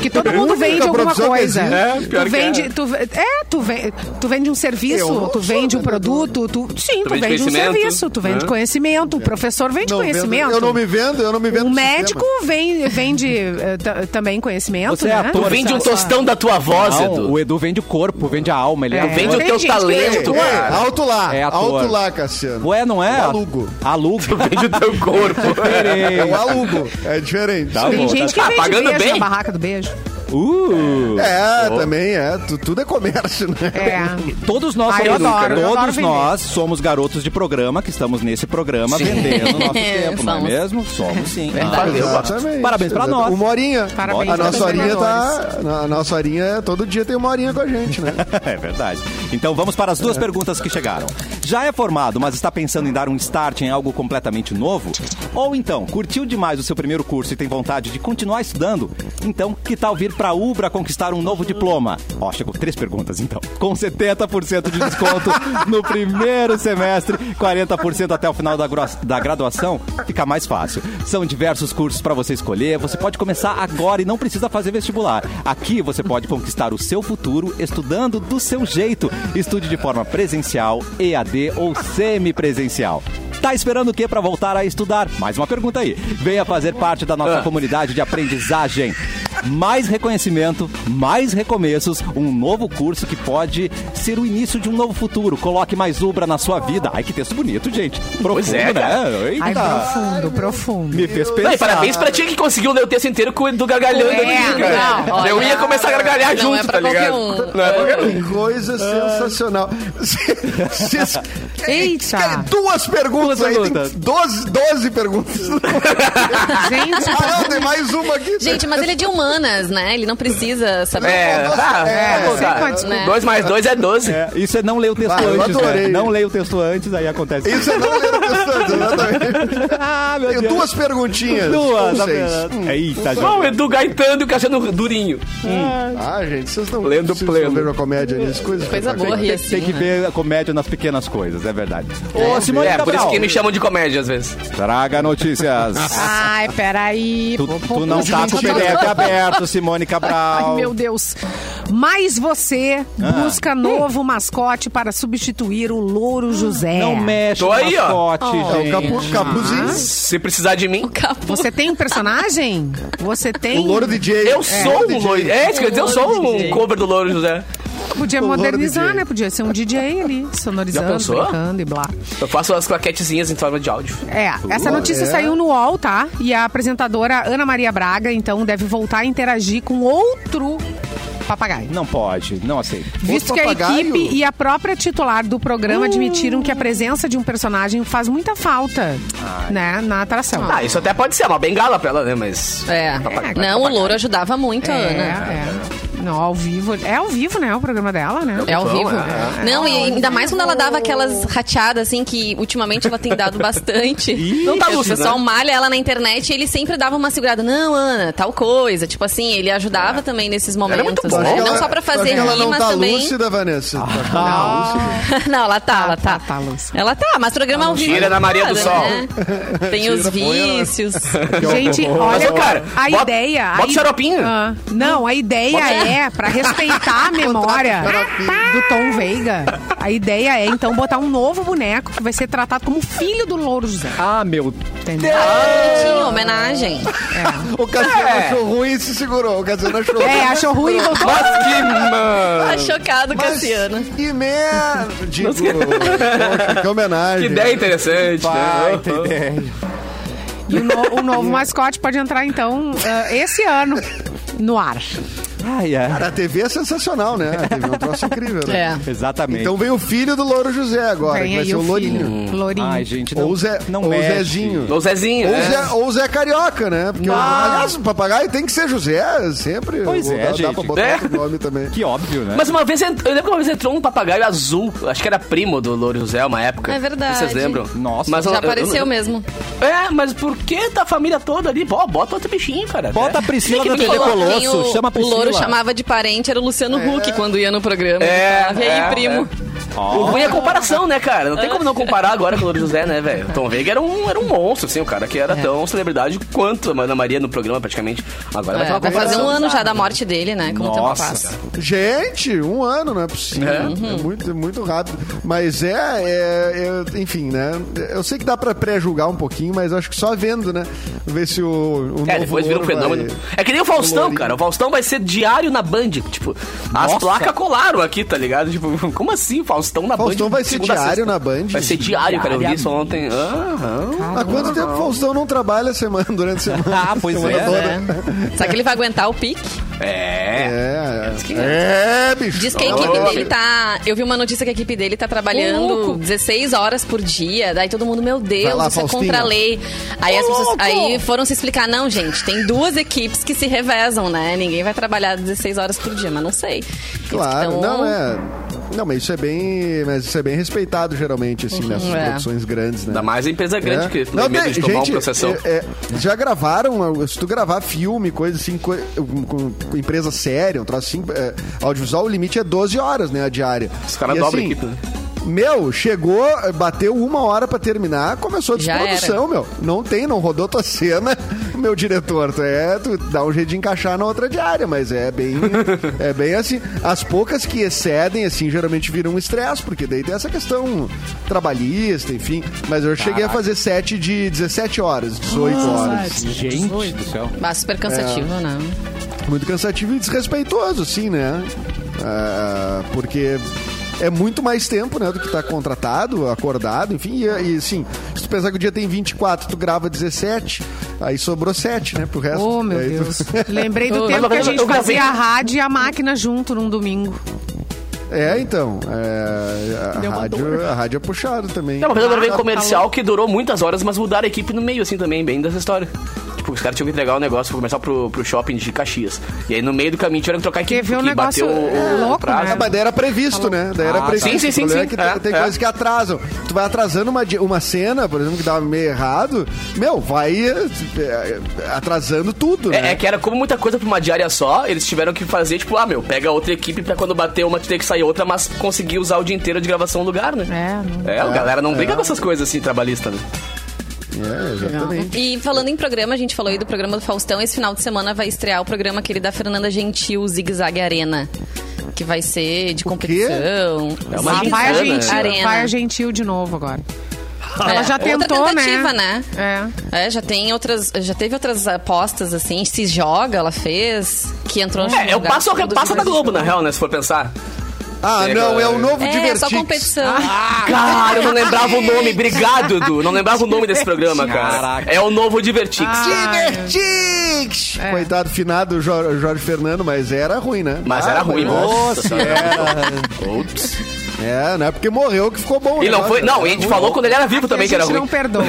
S4: Que todo
S5: É a
S4: mundo
S5: única
S4: vende alguma
S5: profissão que
S4: coisa.
S5: existe.
S2: É, pior
S4: tu
S2: que
S4: vende,
S2: é.
S4: tu, ve- é, tu, ve- tu vende um
S5: Eu
S4: serviço,
S5: não
S4: tu
S5: sou
S4: vende um
S5: vendedor.
S4: produto, tu, sim,
S2: vende
S4: tu, vende um
S2: conhecimento,
S4: serviço, tu vende
S2: né?
S4: conhecimento, o professor vende
S5: Não,
S4: conhecimento.
S5: vendo- eu não me vendo, eu não me vendo.
S4: O
S5: no sistema.
S4: médico vem, vende eh, ta- também conhecimento,
S1: Você é
S4: né?
S1: ator,
S2: Tu vende um
S3: tá
S2: tostão da tua voz,
S1: Não,
S2: Edu.
S1: o Edu vende o corpo, vende a alma. Ele é,
S4: É.
S1: ator.
S2: Vende o
S4: Tem
S2: teu
S4: gente que
S2: talento,
S5: Ei,
S2: cara.
S5: É, alto lá,
S1: É ator.
S5: alto lá, Cassiano.
S1: Ué, não é?
S5: Alugo.
S1: Alugo.
S2: Vende o teu corpo.
S5: É o alugo, é diferente.
S1: Tá
S4: Tem
S1: bom.
S4: gente que
S2: Tá
S4: vende
S2: pagando
S4: beijo
S2: bem?
S4: na barraca do beijo.
S1: Uh!
S5: É, também é, tu- tudo é comércio, né?
S4: É.
S1: Todos nós,
S4: Ah, eu
S1: somos,
S4: adoro, eu adoro
S1: todos
S4: vender.
S1: nós somos garotos de programa que estamos nesse programa vendendo nosso tempo, não é
S3: Somos.
S1: mesmo? Somos sim.
S2: Verdade.
S1: Ah,
S5: Exatamente.
S1: Parabéns pra
S5: Exatamente.
S1: nós.
S5: Uma horinha.
S4: Parabéns
S5: a
S4: pros
S5: nossa horinha
S4: vendedores.
S5: tá. A nossa horinha, todo dia tem uma horinha com a gente, né?
S1: [LAUGHS] É verdade. Então vamos para as duas perguntas que chegaram. Já é formado, mas está pensando em dar um start em algo completamente novo? Ou então, curtiu demais o seu primeiro curso e tem vontade de continuar estudando? Então, que tal vir para a Ubra conquistar um novo diploma? Ó, chegou três perguntas então. Com 70% de desconto no primeiro semestre, 40% até o final da, gro- da graduação, fica mais fácil. São diversos cursos para você escolher, você pode começar agora e não precisa fazer vestibular. Aqui você pode conquistar o seu futuro estudando do seu jeito. Estude de forma presencial, EAD ou semipresencial. Tá esperando o que para voltar a estudar? Mais uma pergunta aí. Venha fazer parte da nossa
S2: Ah.
S1: comunidade de aprendizagem. Mais reconhecimento, mais recomeços, um novo curso que pode ser o início de um novo futuro. Coloque mais Ubra na sua vida. Ai, que texto bonito, gente. Profundo,
S2: é, cara.
S1: né? Eita.
S4: Ai, profundo, profundo.
S1: Me fez
S2: Não,
S1: pensar.
S2: e parabéns pra ti que conseguiu ler o texto inteiro com o Edu gargalhando
S3: É,
S2: aqui, cara.
S3: não, olha,
S2: eu ia começar a gargalhar
S3: não
S2: junto,
S3: é pra
S2: tá ligado?
S3: qualquer um.
S2: Não é pra qualquer um.
S5: Que coisa
S1: Ah.
S5: sensacional. Vocês-
S1: [LAUGHS]
S4: Eita!
S5: Duas perguntas
S1: Duas
S5: aí, tem
S1: perguntas.
S5: 12,
S1: [LAUGHS]
S5: 12 perguntas.
S4: Gente,
S5: Ah, não, tem mais uma aqui.
S3: Gente, mas ele é de humanas, né? Ele não precisa saber.
S2: É, tá,
S5: É,
S2: tá,
S4: você
S2: tá.
S4: pode,
S3: né?
S2: 2 mais 2 é 12.
S1: É, isso é não ler o texto
S5: Ah, eu
S1: antes, né?
S5: adorei.
S1: Não ler o texto antes, aí acontece.
S5: Isso eu não lembro bastante, exatamente.
S1: [LAUGHS] Ah, meu
S5: Tenho
S1: Deus.
S5: duas perguntinhas.
S1: Duas. tá
S5: com vocês.
S1: apenas. Eita,
S2: Não, o
S1: tá, gente.
S2: Edu gaitando e o Cassiano durinho.
S5: Ah, gente, vocês não,
S2: Lendo
S5: vocês
S2: pleno.
S5: não vejam a comédia nisso. Coisa,
S3: Coisa boa,
S5: espetacular.
S3: rir
S1: Tem, tem
S3: assim.
S1: que
S3: né?
S1: ver a comédia nas pequenas coisas, é verdade. Ô, Simone
S2: É, por isso
S1: Cabral,
S2: que me chamam de comédia às vezes.
S1: traga notícias.
S4: Ai, peraí.
S1: tu,
S4: Pô, pô,
S1: tu não
S4: pô,
S1: tá
S4: gente,
S1: com o
S4: eu tô-
S1: PDF aberto, Simone Cabral.
S4: Ai, meu Deus. Mas você
S1: Ah.
S4: busca novo mascote para substituir o Louro José.
S1: Não mexe
S2: Tô
S1: no
S2: aí, ó.
S1: mascote,
S5: É o
S1: gente.
S5: capu, capuzinho.
S2: Se precisar de mim,
S3: Capuz.
S4: Você tem personagem? Você tem?
S5: O Louro DJ.
S2: eu sou um loiro. É, isso quer dizer, eu sou um cover do Louro José.
S4: Podia
S5: O Louro
S4: modernizar,
S5: DJ.
S4: né? Podia ser um DJ ali,
S2: Já
S4: sonorizando,
S2: pensou?
S4: brincando e blá.
S2: Eu faço as claquetezinhas em forma de áudio.
S4: É, essa notícia
S5: é.
S4: saiu no UOL, tá? E a apresentadora Ana Maria Braga, então, deve voltar a interagir com outro papagaio.
S1: Não pode, não aceito.
S4: Visto que a
S5: papagaio? Hum.
S4: equipe e a própria titular do programa admitiram que a presença de um personagem faz muita falta, né, na atração.
S2: Ah, isso até pode ser uma bengala pra ela, né? Mas.
S3: É.
S2: Papagaio,
S3: Não, o
S2: papagaio.
S3: louro ajudava muito a
S4: É,
S3: Ana.
S4: é. não, ao vivo. É ao vivo, né? O programa dela, né?
S3: É ao vivo.
S4: é.
S3: Não, e ainda mais quando ela dava aquelas rateadas, assim, que ultimamente ela tem dado bastante.
S2: Não tá
S3: o
S2: lúcida,
S3: pessoal
S2: né?
S3: malha ela na internet e ele sempre dava uma segurada. Não, Ana, tal coisa. Tipo assim, ele ajudava também nesses momentos.
S2: muito
S3: né?
S5: Tu
S2: boa.
S5: acha que
S3: Não
S5: ela-
S3: só pra
S5: tu acha
S3: fazer
S5: que ela não
S3: rima
S5: tá
S3: também.
S5: lúcida, Vanessa. Tu acha que ela não tá
S2: Ah,
S5: [LAUGHS] lúcida?
S3: [LAUGHS] Não, ela tá, ela tá.
S4: tá, tá, lúcida.
S3: ela tá, mas programa ao vivo.
S2: Tira
S3: é
S2: da Maria do
S3: complicado, Tem
S5: Tira,
S3: os
S5: põe ela-
S3: vícios.
S4: Gente,
S2: Mas,
S4: olha,
S2: ô, cara,
S4: a
S2: bota-
S4: ideia.
S2: bota
S4: a
S2: o xaropinho.
S4: Ah, não, a ideia é, pra
S2: [LAUGHS]
S4: respeitar a memória do Tom Veiga, a ideia é, então, botar um novo boneco que vai ser tratado como filho do Louro José.
S1: Ah, meu
S4: Entendeu?
S3: Bonitinho, homenagem.
S5: O Cassiano
S2: É.
S5: achou ruim e se segurou. O Cassiano achou
S4: É, achou ruim e voltou.
S2: Mas que mano.
S3: Tá chocado, Cassiano.
S5: Que merda!
S2: [LAUGHS]
S5: Digo, poxa, que
S2: Que
S5: homenagem. É.
S2: ideia interessante,
S1: pai,
S2: né?
S1: tem ideia.
S4: E o, no- o novo mascote pode entrar, então, ah, esse ano no ar.
S1: Ai, ai.
S5: Cara, a TV é sensacional, né? A TV é um troço incrível, né?
S3: É.
S1: Exatamente.
S5: Então vem o filho do Louro José agora,
S4: Vem
S5: que vai
S4: aí
S5: ser o
S4: o
S5: Lourinho.
S2: Hum.
S4: filho. Lourinho.
S1: Ai, gente, não,
S5: Ou o Zé,
S1: não
S5: ou o
S1: mexe.
S5: Zezinho.
S2: O Zezinho,
S5: Ou
S2: né?
S5: Zé, ou Zé Carioca, né? Porque, o- aliás, o papagaio tem que ser José, sempre.
S1: Pois
S5: Ou
S1: é,
S5: dá, Dá
S1: gente.
S5: pra botar
S2: É.
S5: outro nome também.
S1: Que óbvio, né?
S2: Mas uma vez, ent- eu lembro que uma vez entrou um papagaio azul, acho que era primo do Louro José, uma época.
S3: É verdade.
S2: Vocês lembram?
S1: Nossa.
S2: mas, eu-
S3: Já
S2: eu-
S3: apareceu
S2: eu-
S3: mesmo.
S2: É, mas por que tá a família toda ali? Pô, bota outro bichinho, cara. É.
S1: Bota a Priscila
S3: Que
S1: da
S3: nem
S1: TV
S3: falou
S1: É.
S3: que
S1: Colosso.
S3: o-
S1: Chama a Priscila.
S3: O Louro chamava de parente, era o Luciano Huck quando ia no programa.
S2: É,
S3: Falava, e aí,
S2: é,
S3: primo?
S2: O ruim é a comparação, né, cara? Não tem como não comparar agora com o Louro José, né, velho? Tom Veiga era um, era um monstro, assim, o cara que
S5: É.
S2: era tão celebridade quanto a Ana Maria no programa, praticamente. Agora vai ter
S3: É,
S2: uma
S3: vai
S2: comparação.
S3: fazer um ano já da morte dele, né? Como o tempo
S1: Nossa,
S3: passa.
S5: Gente, um ano, não é possível. É, muito, muito rápido. Mas é, é- é- enfim, né? Eu sei que dá pra pré-julgar um pouquinho, mas acho que só vendo, né? Ver se o, o
S2: É,
S5: novo
S2: depois vira um
S5: ouro
S2: fenômeno.
S5: vai-
S2: É que nem o Faustão,
S5: Lourinho.
S2: cara. O Faustão vai ser diário na Band. Tipo, as
S1: Nossa.
S2: placas colaram aqui, tá ligado? Tipo, como assim, Faustão na Band?
S5: Faustão vai ser
S2: segunda a
S5: diário
S2: sexta?
S5: na Band?
S2: Vai ser diário, cara. Eu vi
S4: Diário.
S2: isso ontem. Aham.
S5: Há quanto tempo o Faustão não trabalha a semana, durante a semana?
S1: Ah, pois
S5: Semana
S1: é,
S5: toda.
S3: É. Será que ele vai aguentar o pique?
S2: É.
S5: É,
S2: Diz que
S5: é, bicho.
S3: Diz que a
S5: Não,
S3: equipe
S5: não,
S3: dele tá. Eu vi uma notícia que a equipe dele tá trabalhando 16 horas por dia. Daí todo mundo, meu Deus,
S5: Vai lá,
S3: isso é
S5: Faustinho.
S3: contra a lei. Aí, as pessoas,
S2: louco!
S3: aí foram se explicar: não, gente, tem duas equipes que se revezam, né? Ninguém vai trabalhar 16 horas por dia, mas não sei. Então, Eles
S5: Claro,
S3: tão-
S5: não é. Não, mas isso é bem, mas isso é bem respeitado geralmente assim nessas
S3: é.
S5: produções grandes, né?
S2: Ainda mais a empresa grande
S5: É.
S2: que tem
S5: Não,
S2: medo de
S5: tem-
S2: tomar
S5: gente,
S2: uma processão.
S5: é- é, já gravaram, ah, se tu gravar filme, coisa assim, co- com, com- com empresa séria, um troço assim, é, audiovisual, o limite é 12 horas, né, a diária.
S2: Os caras
S5: E,
S2: dobram
S5: assim,
S2: a equipe, né?
S5: Meu, chegou, bateu uma hora pra terminar, começou a
S3: Já
S5: desprodução, meu. Não tem, não rodou tua cena, [LAUGHS] meu diretor. Tu, é, tu dá um jeito de encaixar na outra diária, mas é bem, é bem assim. As poucas que excedem, assim, geralmente viram um estresse, porque daí tem essa questão trabalhista, enfim. Mas eu cheguei a fazer sete de 17 horas, 18 horas.
S1: Gente do céu.
S3: Mas super cansativo,
S5: É.
S3: né?
S5: Muito cansativo e desrespeitoso, sim, né? Ah, porque é muito mais tempo, né, do que tá contratado, acordado, enfim, e, e sim, se tu pensar que o dia tem 24, tu grava 17, aí sobrou 7, né, pro resto.
S4: Oh, meu
S5: Aí tu-
S4: Deus. Lembrei do tempo que a
S2: mas eu-
S4: gente
S2: eu gravei-
S4: fazia a rádio e a máquina junto num domingo.
S5: [LAUGHS] É, então, é, a,
S4: Deu uma dor.
S5: rádio, a rádio é puxada também.
S2: Não, uma vez eu gravei um
S4: Ah,
S2: comercial
S4: falou.
S2: que durou muitas horas, mas mudaram a equipe no meio, assim, também, bem dessa história. Tipo, os caras tinham que entregar o negócio pro comercial pro, pro shopping de Caxias. E aí, no meio do caminho, tiveram que trocar a equipe,
S4: Teve um
S2: porque
S4: negócio
S2: bateu o, o
S4: louco,
S2: prazo.
S5: Ah, mas daí era previsto, né? Daí era
S2: Ah,
S5: previsto.
S2: sim, sim, sim,
S5: O problema
S2: sim.
S5: é
S2: É,
S5: que tem
S2: é.
S5: coisas que atrasam. Tu vai atrasando uma, di- uma cena, por exemplo, que dava meio errado. Meu, vai eh, eh, atrasando tudo, né?
S2: É, é que era como muita coisa pra uma diária só, eles tiveram que fazer, tipo, ah, meu, pega outra equipe pra quando bater uma tu ter que sair outra, mas conseguir usar o dia inteiro de gravação no lugar, né?
S4: É, não-
S2: É, a galera não briga com essas coisas assim, trabalhista, né?
S5: É, exatamente.
S3: E falando em programa, a gente falou aí do programa do Faustão. Esse final de semana vai estrear o programa aquele da Fernanda Gentil, Zig Zag Arena. Que vai ser de competição.
S2: É uma
S4: Lá
S3: Zig
S2: Sim,
S4: vai a
S3: Zag
S2: Ana.
S4: gentil,
S3: Arena.
S4: né? vai a gentil de novo agora. Ela
S3: É,
S4: já tentou,
S3: outra
S4: né?
S3: tentativa, né?
S4: É.
S3: É, já tem outras, já teve outras apostas assim, se joga, ela fez, que entrou no
S2: É, é o
S3: lugar
S2: passo, é o
S3: todo, assim.
S2: passo
S3: que
S2: da
S3: vai-
S2: Globo, na real, né? Se for pensar.
S5: Ah,
S2: Chega,
S5: não, é o
S2: é.
S5: novo
S3: É,
S5: Divertix.
S3: só competição.
S4: Ah,
S2: Cara, eu não lembrava o nome. Obrigado, Edu. Não lembrava o nome
S3: [LAUGHS]
S2: desse programa, cara.
S1: Caraca.
S2: É o novo Divertix. é.
S5: Divertix! É. Coitado finado Jor- Jorge Fernando, mas era ruim, né?
S2: Mas
S5: Ah,
S2: era ruim,
S5: mas-
S2: nossa. senhora. Ops.
S5: É, não é porque morreu que ficou bom.
S2: E não
S5: né?
S2: foi. Não, e a gente falou quando ele era vivo também
S4: a
S2: que era
S4: gente não
S2: ruim.
S4: perdoa.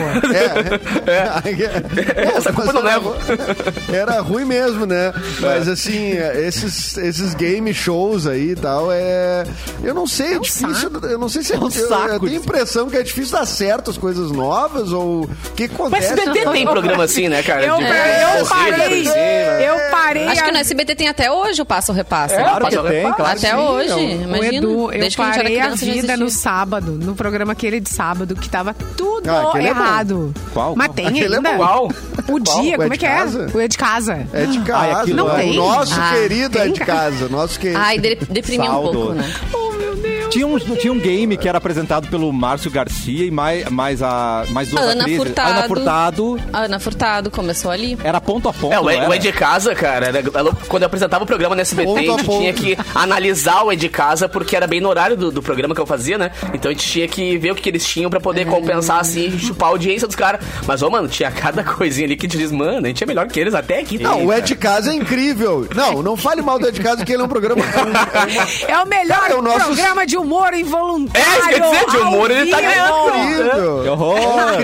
S5: É.
S2: Essa culpa não
S5: Mas era
S2: leva. É.
S5: ru- Era ruim mesmo, né? Mas assim, esses, esses game shows aí e tal, é. Eu não sei, é, difícil. Eu não sei se é
S1: um
S5: eu- Eu,
S1: saco
S5: tenho a impressão que é difícil dar certo as coisas novas ou o
S2: [LAUGHS]
S5: que
S2: Mas
S5: acontece.
S2: SBT tem programa assim, né, cara?
S4: Eu,
S2: De-
S4: eu
S2: corrida,
S4: parei.
S2: assim, né?
S4: Eu parei.
S3: Acho que
S4: a-
S3: no SBT tem até hoje o Passa ou Repassa.
S1: Claro
S2: mas
S1: que
S2: eu-
S1: tem, claro que
S3: até
S1: sim,
S3: hoje,
S1: é um-
S4: O
S3: imagina.
S4: Edu, eu
S3: Desde que a gente era
S4: parei a,
S3: criança, já
S4: vida no
S3: existia.
S4: sábado, no programa aquele de sábado, que tava tudo
S5: Ah, aquele é bom.
S4: errado.
S1: Qual?
S4: Mas
S1: Qual?
S4: tem
S5: Aquele é
S4: ainda.
S2: Uau!
S4: O dia,
S5: Qual? O É
S4: como é
S5: de
S4: que é?
S5: Casa?
S4: O é de casa.
S5: É de
S1: Ah, é
S5: casa,
S1: aquilo
S5: não
S4: lá.
S5: é?
S4: Tem?
S5: o nosso
S4: Ah,
S5: querido é
S4: tem,
S5: de
S4: cara.
S5: casa, o nosso querido.
S3: Ai, de, deprimiu um
S1: Saudoso.
S3: pouco, né?
S4: Oh, meu Deus.
S1: Tinha um, tinha um game que era apresentado pelo Márcio Garcia e mais, mais, a, mais duas
S3: Ana
S1: atrizes.
S3: Furtado.
S1: Ana Furtado.
S3: A Ana Furtado começou ali.
S1: Era ponto a ponto,
S2: É, o
S1: não
S2: Ed,
S1: era?
S2: o Ed de Casa, cara, era- ela- quando eu apresentava o programa no SBT,
S5: Ponto a
S2: a gente
S5: ponto.
S2: tinha que analisar o Ed de Casa, porque era bem no horário do, do programa que eu fazia, né? Então a gente tinha que ver o que, que eles tinham pra poder compensar, assim, chupar a audiência dos caras. Mas, ô, mano, tinha cada [LAUGHS] coisinha ali que te diz, mano, a gente é melhor que eles até aqui. tá
S5: Não, o
S2: Eita.
S5: É de Casa é incrível. Não, não fale mal do É de Casa, que ele é
S4: [LAUGHS]
S5: um programa.
S4: É o melhor
S5: Cara, é o nosso-
S4: programa de humor involuntário.
S2: É, isso quer dizer, de
S4: ao
S2: humor ele tá
S4: vivo.
S2: ganhando.
S5: incrível.
S1: Que horror.
S5: É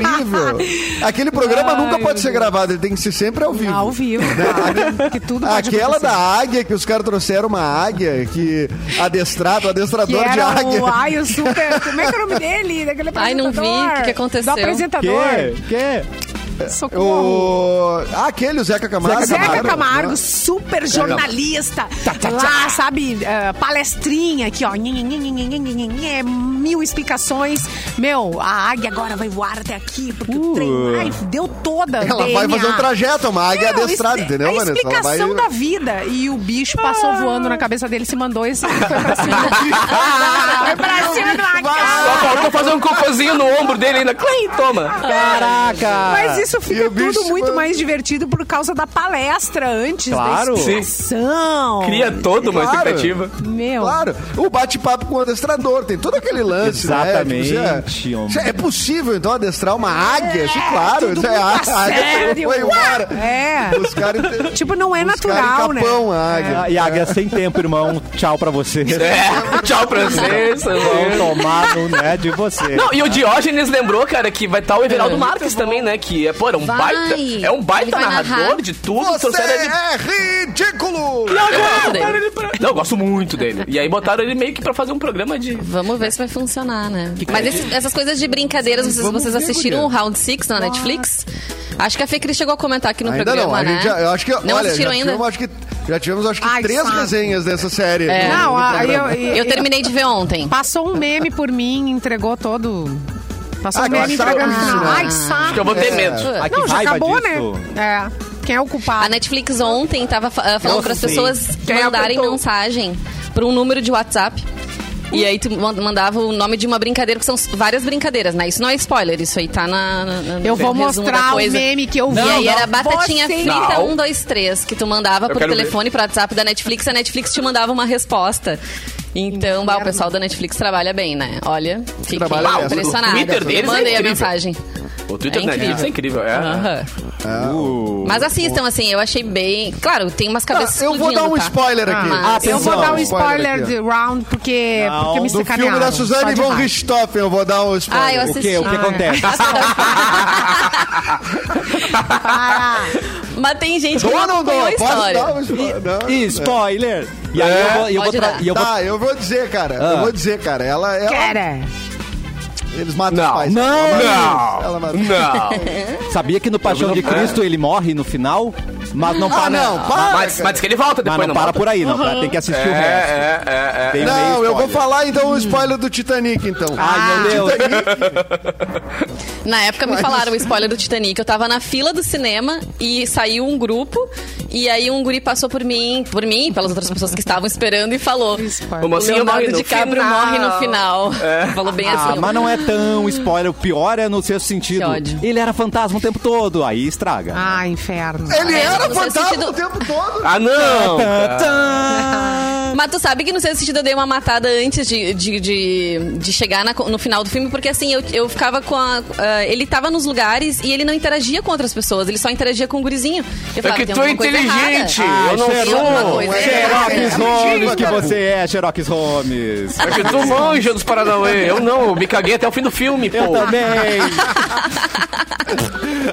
S5: incrível. Aquele programa nunca pode ser gravado, ele tem que ser sempre ao vivo.
S4: Ao vivo. claro, que tudo pode
S5: Aquela
S4: acontecer.
S5: da águia, que os caras trouxeram uma águia, que adestrado,
S4: Que
S5: adestrador de
S4: era
S5: águia.
S4: o, ai, o
S5: [LAUGHS]
S4: super. Como é que é o nome dele? Daquele
S3: Ai, não vi.
S4: apresentador.
S3: O que que aconteceu?
S4: Do apresentador.
S1: Que? Que?
S4: Socorro.
S5: O... Ah, aquele, o Zeca Camargo.
S4: Zeca Camargo,
S5: né? Tá,
S4: super jornalista. Lá, sabe, eh, palestrinha aqui, ó. Nhe, nhe, nhe, nhe, nhe, nhe, nhe, nhe, Mil explicações. Meu, a águia agora vai voar até aqui, porque o trem. Ai, deu toda.
S5: Uh. Ela vai fazer um trajeto, uma águia adestrada, entendeu,
S4: é A
S5: Vanessa? Ela
S4: explicação
S5: vai-
S4: da
S5: Ah.
S4: vida. E o bicho passou voando na cabeça dele, se mandou e se [LAUGHS] foi pra
S5: [LAUGHS]
S4: cima. foi pra cima do águia.
S2: Só faltou fazer um cocôzinho no ombro dele ainda. Clay, toma!
S1: Ah, Caraca!
S4: Mas isso
S5: Ah, E
S4: fica
S5: o bicho
S4: tudo
S5: se
S4: muito
S5: manda-
S4: mais divertido por causa da palestra antes
S1: Claro.
S4: da explicação.
S2: Cria toda uma
S5: Claro.
S2: expectativa.
S4: Meu.
S5: Claro, o bate-papo com o adestrador, tem todo aquele lance,
S1: Exatamente,
S5: né? Tipo, isso é-
S1: homem.
S5: isso é, possível, então, adestrar uma águia? Isso, claro.
S4: tudo
S5: isso é,
S4: muito
S5: a,
S4: a
S5: a águia
S4: sério.
S5: foi embora.
S4: É.
S5: Os caras... ente-
S4: [LAUGHS] Tipo, não é
S5: os caras
S4: natural, né?
S5: encapam a águia.
S1: Ah, E águia sem tempo, irmão. Tchau pra você.
S2: É, [LAUGHS] tchau, francês.
S1: Vão tomar no né de você.
S2: Não, e o Diógenes lembrou, cara, que vai estar o Everaldo Marques também, né? Que é, pô, é um
S3: Vai.
S2: baita, é um baita
S3: Ele vai
S2: narrador
S3: narrar.
S2: de tudo. então
S5: Você
S2: trouxeram ele-
S5: é ridículo!
S2: Eu gosto
S3: dele.
S2: dele pra- Não, eu gosto muito dele. E aí botaram ele meio que pra fazer um programa de.
S3: Vamos ver se vai funcionar, né? Mas esses- essas coisas de brincadeiras, vocês, vocês assistiram o Round Six na Netflix? Acho que a Fê Cris chegou a comentar aqui no
S4: é um
S5: Ainda
S3: programa,
S5: não, a
S3: né?
S5: gente já, eu acho que...
S3: não
S5: olha,
S3: assistiram
S5: já
S3: ainda?
S5: Tivemos, acho que, já tivemos, acho que,
S4: Ai,
S5: três
S4: saco. É.
S5: resenhas dessa série. no- né, no
S4: Não, a-
S5: programa.
S4: eu, eu-
S3: Eu terminei de ver ontem.
S4: Passou um meme por mim, entregou todo. Passou
S5: Ah,
S4: um
S5: que
S4: meme
S5: saga
S4: entregou.
S5: isso, né?
S4: Ai, saco.
S2: Acho que eu vou ter medo.
S1: Ah, que
S4: Não, já
S1: raiva
S4: acabou,
S1: disso.
S4: né? É. Quem é o
S3: A
S4: culpado?
S3: Netflix ontem tava ah, falando para as
S1: sim.
S3: pessoas
S4: Quem
S3: mandarem
S4: apontou?
S3: mensagem para um número de WhatsApp. E aí tu man- mandava o nome de uma brincadeira, que são s- várias brincadeiras, né? Isso não é spoiler, isso aí tá na... na- na- no
S4: Eu vou
S3: resumo da
S4: mostrar o
S3: coisa.
S4: meme que eu vi.
S3: e aí
S4: Não,
S3: era
S4: não.
S3: batatinha
S4: Você-
S3: frita
S2: Não.
S3: 1, 2, 3, que tu mandava pro
S2: quero ver.
S3: telefone, pro WhatsApp da Netflix, e a Netflix te mandava uma resposta. Então, bah, o pessoal da Netflix trabalha bem, né? Olha, fiquei
S5: Trabalha
S2: mesmo.
S3: impressionada.
S2: O Twitter deles é
S3: Mandei a
S2: incrível.
S3: mensagem.
S2: O Twitter
S3: É
S2: da Netflix é incrível. É.
S3: Aham.
S1: Uh.
S3: Mas assistam, assim, eu achei bem. Claro, tem umas cabeças.
S5: Ah, eu vou dar
S3: explodindo,
S5: um
S3: tá?
S5: spoiler aqui.
S3: Ah,
S4: Eu vou
S1: Atenção,
S4: dar um
S5: aqui,
S4: spoiler
S5: ó.
S4: de round porque,
S1: Não,
S4: porque me
S5: Do filme
S4: sacanearam.
S5: da Suzane
S4: Pode
S5: von
S4: vai.
S5: Richthofen, eu vou dar um spoiler.
S3: Ah, eu
S1: O
S3: assisti.
S1: que? O que
S4: Ah.
S1: acontece?
S4: Para.
S3: Mas tem gente que
S5: Dou ou
S3: não
S5: não dou?
S3: acompanhou a
S5: Posso
S3: história.
S5: dar um spoiler? Não.
S1: Ih, spoiler! E aí eu vou, e eu vou,
S3: Pode
S1: tra-
S3: dar.
S1: e eu vou
S5: Tá, eu vou dizer, cara. Eu
S1: Ah.
S5: vou dizer, cara. Ela, ela-
S4: Cara.
S5: eles matam
S2: Não.
S5: os pais.
S1: Não.
S5: Ela mata
S2: Não.
S5: eles. Ela mata-
S2: Não.
S1: Sabia que no Paixão de Cristo ele morre no final, mas não para.
S5: Ah, não, para.
S2: Mas, mas que ele volta
S1: Mas
S2: depois,
S1: não,
S2: não
S1: para
S2: volta?
S1: por aí, não. tá? Tem que
S2: É,
S1: assistir o resto.
S2: é, é, é.
S1: Tem meio
S5: Não, eu vou
S1: spoiler.
S5: falar então
S1: Hum.
S5: o spoiler do Titanic, então.
S2: Ah,
S1: Ai, meu
S2: é
S1: Deus.
S3: Na época me falaram o spoiler do Titanic. Eu tava na fila do cinema e saiu um grupo. E aí um guri passou por mim, por mim, e pelas outras pessoas que estavam esperando e falou.
S4: spoiler.
S2: O
S3: O
S2: mocinho morre
S3: Leonardo
S2: no
S3: DiCaprio
S2: final.
S3: morre no final. Falou bem
S1: Ah,
S3: assim.
S1: mas não é tão spoiler. O pior é no sexto sentido.
S3: Que ódio.
S1: Ele era fantasma o tempo todo. Aí estraga.
S4: Ah, inferno.
S5: Ele
S3: É,
S5: era
S3: no seu
S5: fantasma
S3: sentido-
S5: o tempo todo.
S2: Ah, não!
S1: Tã, tã.
S3: Mas Mas tu sabe que no sexto sentido eu dei uma matada antes de, de, de, de chegar na- no final do filme, porque assim, eu, eu ficava com a. ah, ele tava nos lugares e ele não interagia com outras pessoas, ele só interagia com o gurizinho. Eu falava,
S2: que
S3: "Tem
S2: tu é
S3: alguma coisa
S2: inteligente,
S3: errada."
S2: eu não
S3: tem
S1: Xerox-
S3: alguma
S2: sou. É.
S3: coisa errada.
S1: Xerox Holmes, que você é, Xerox Holmes.
S2: É que tu manja dos Paranauê. Eu não, eu me caguei até o fim do filme, pô.
S1: Eu também. [LAUGHS]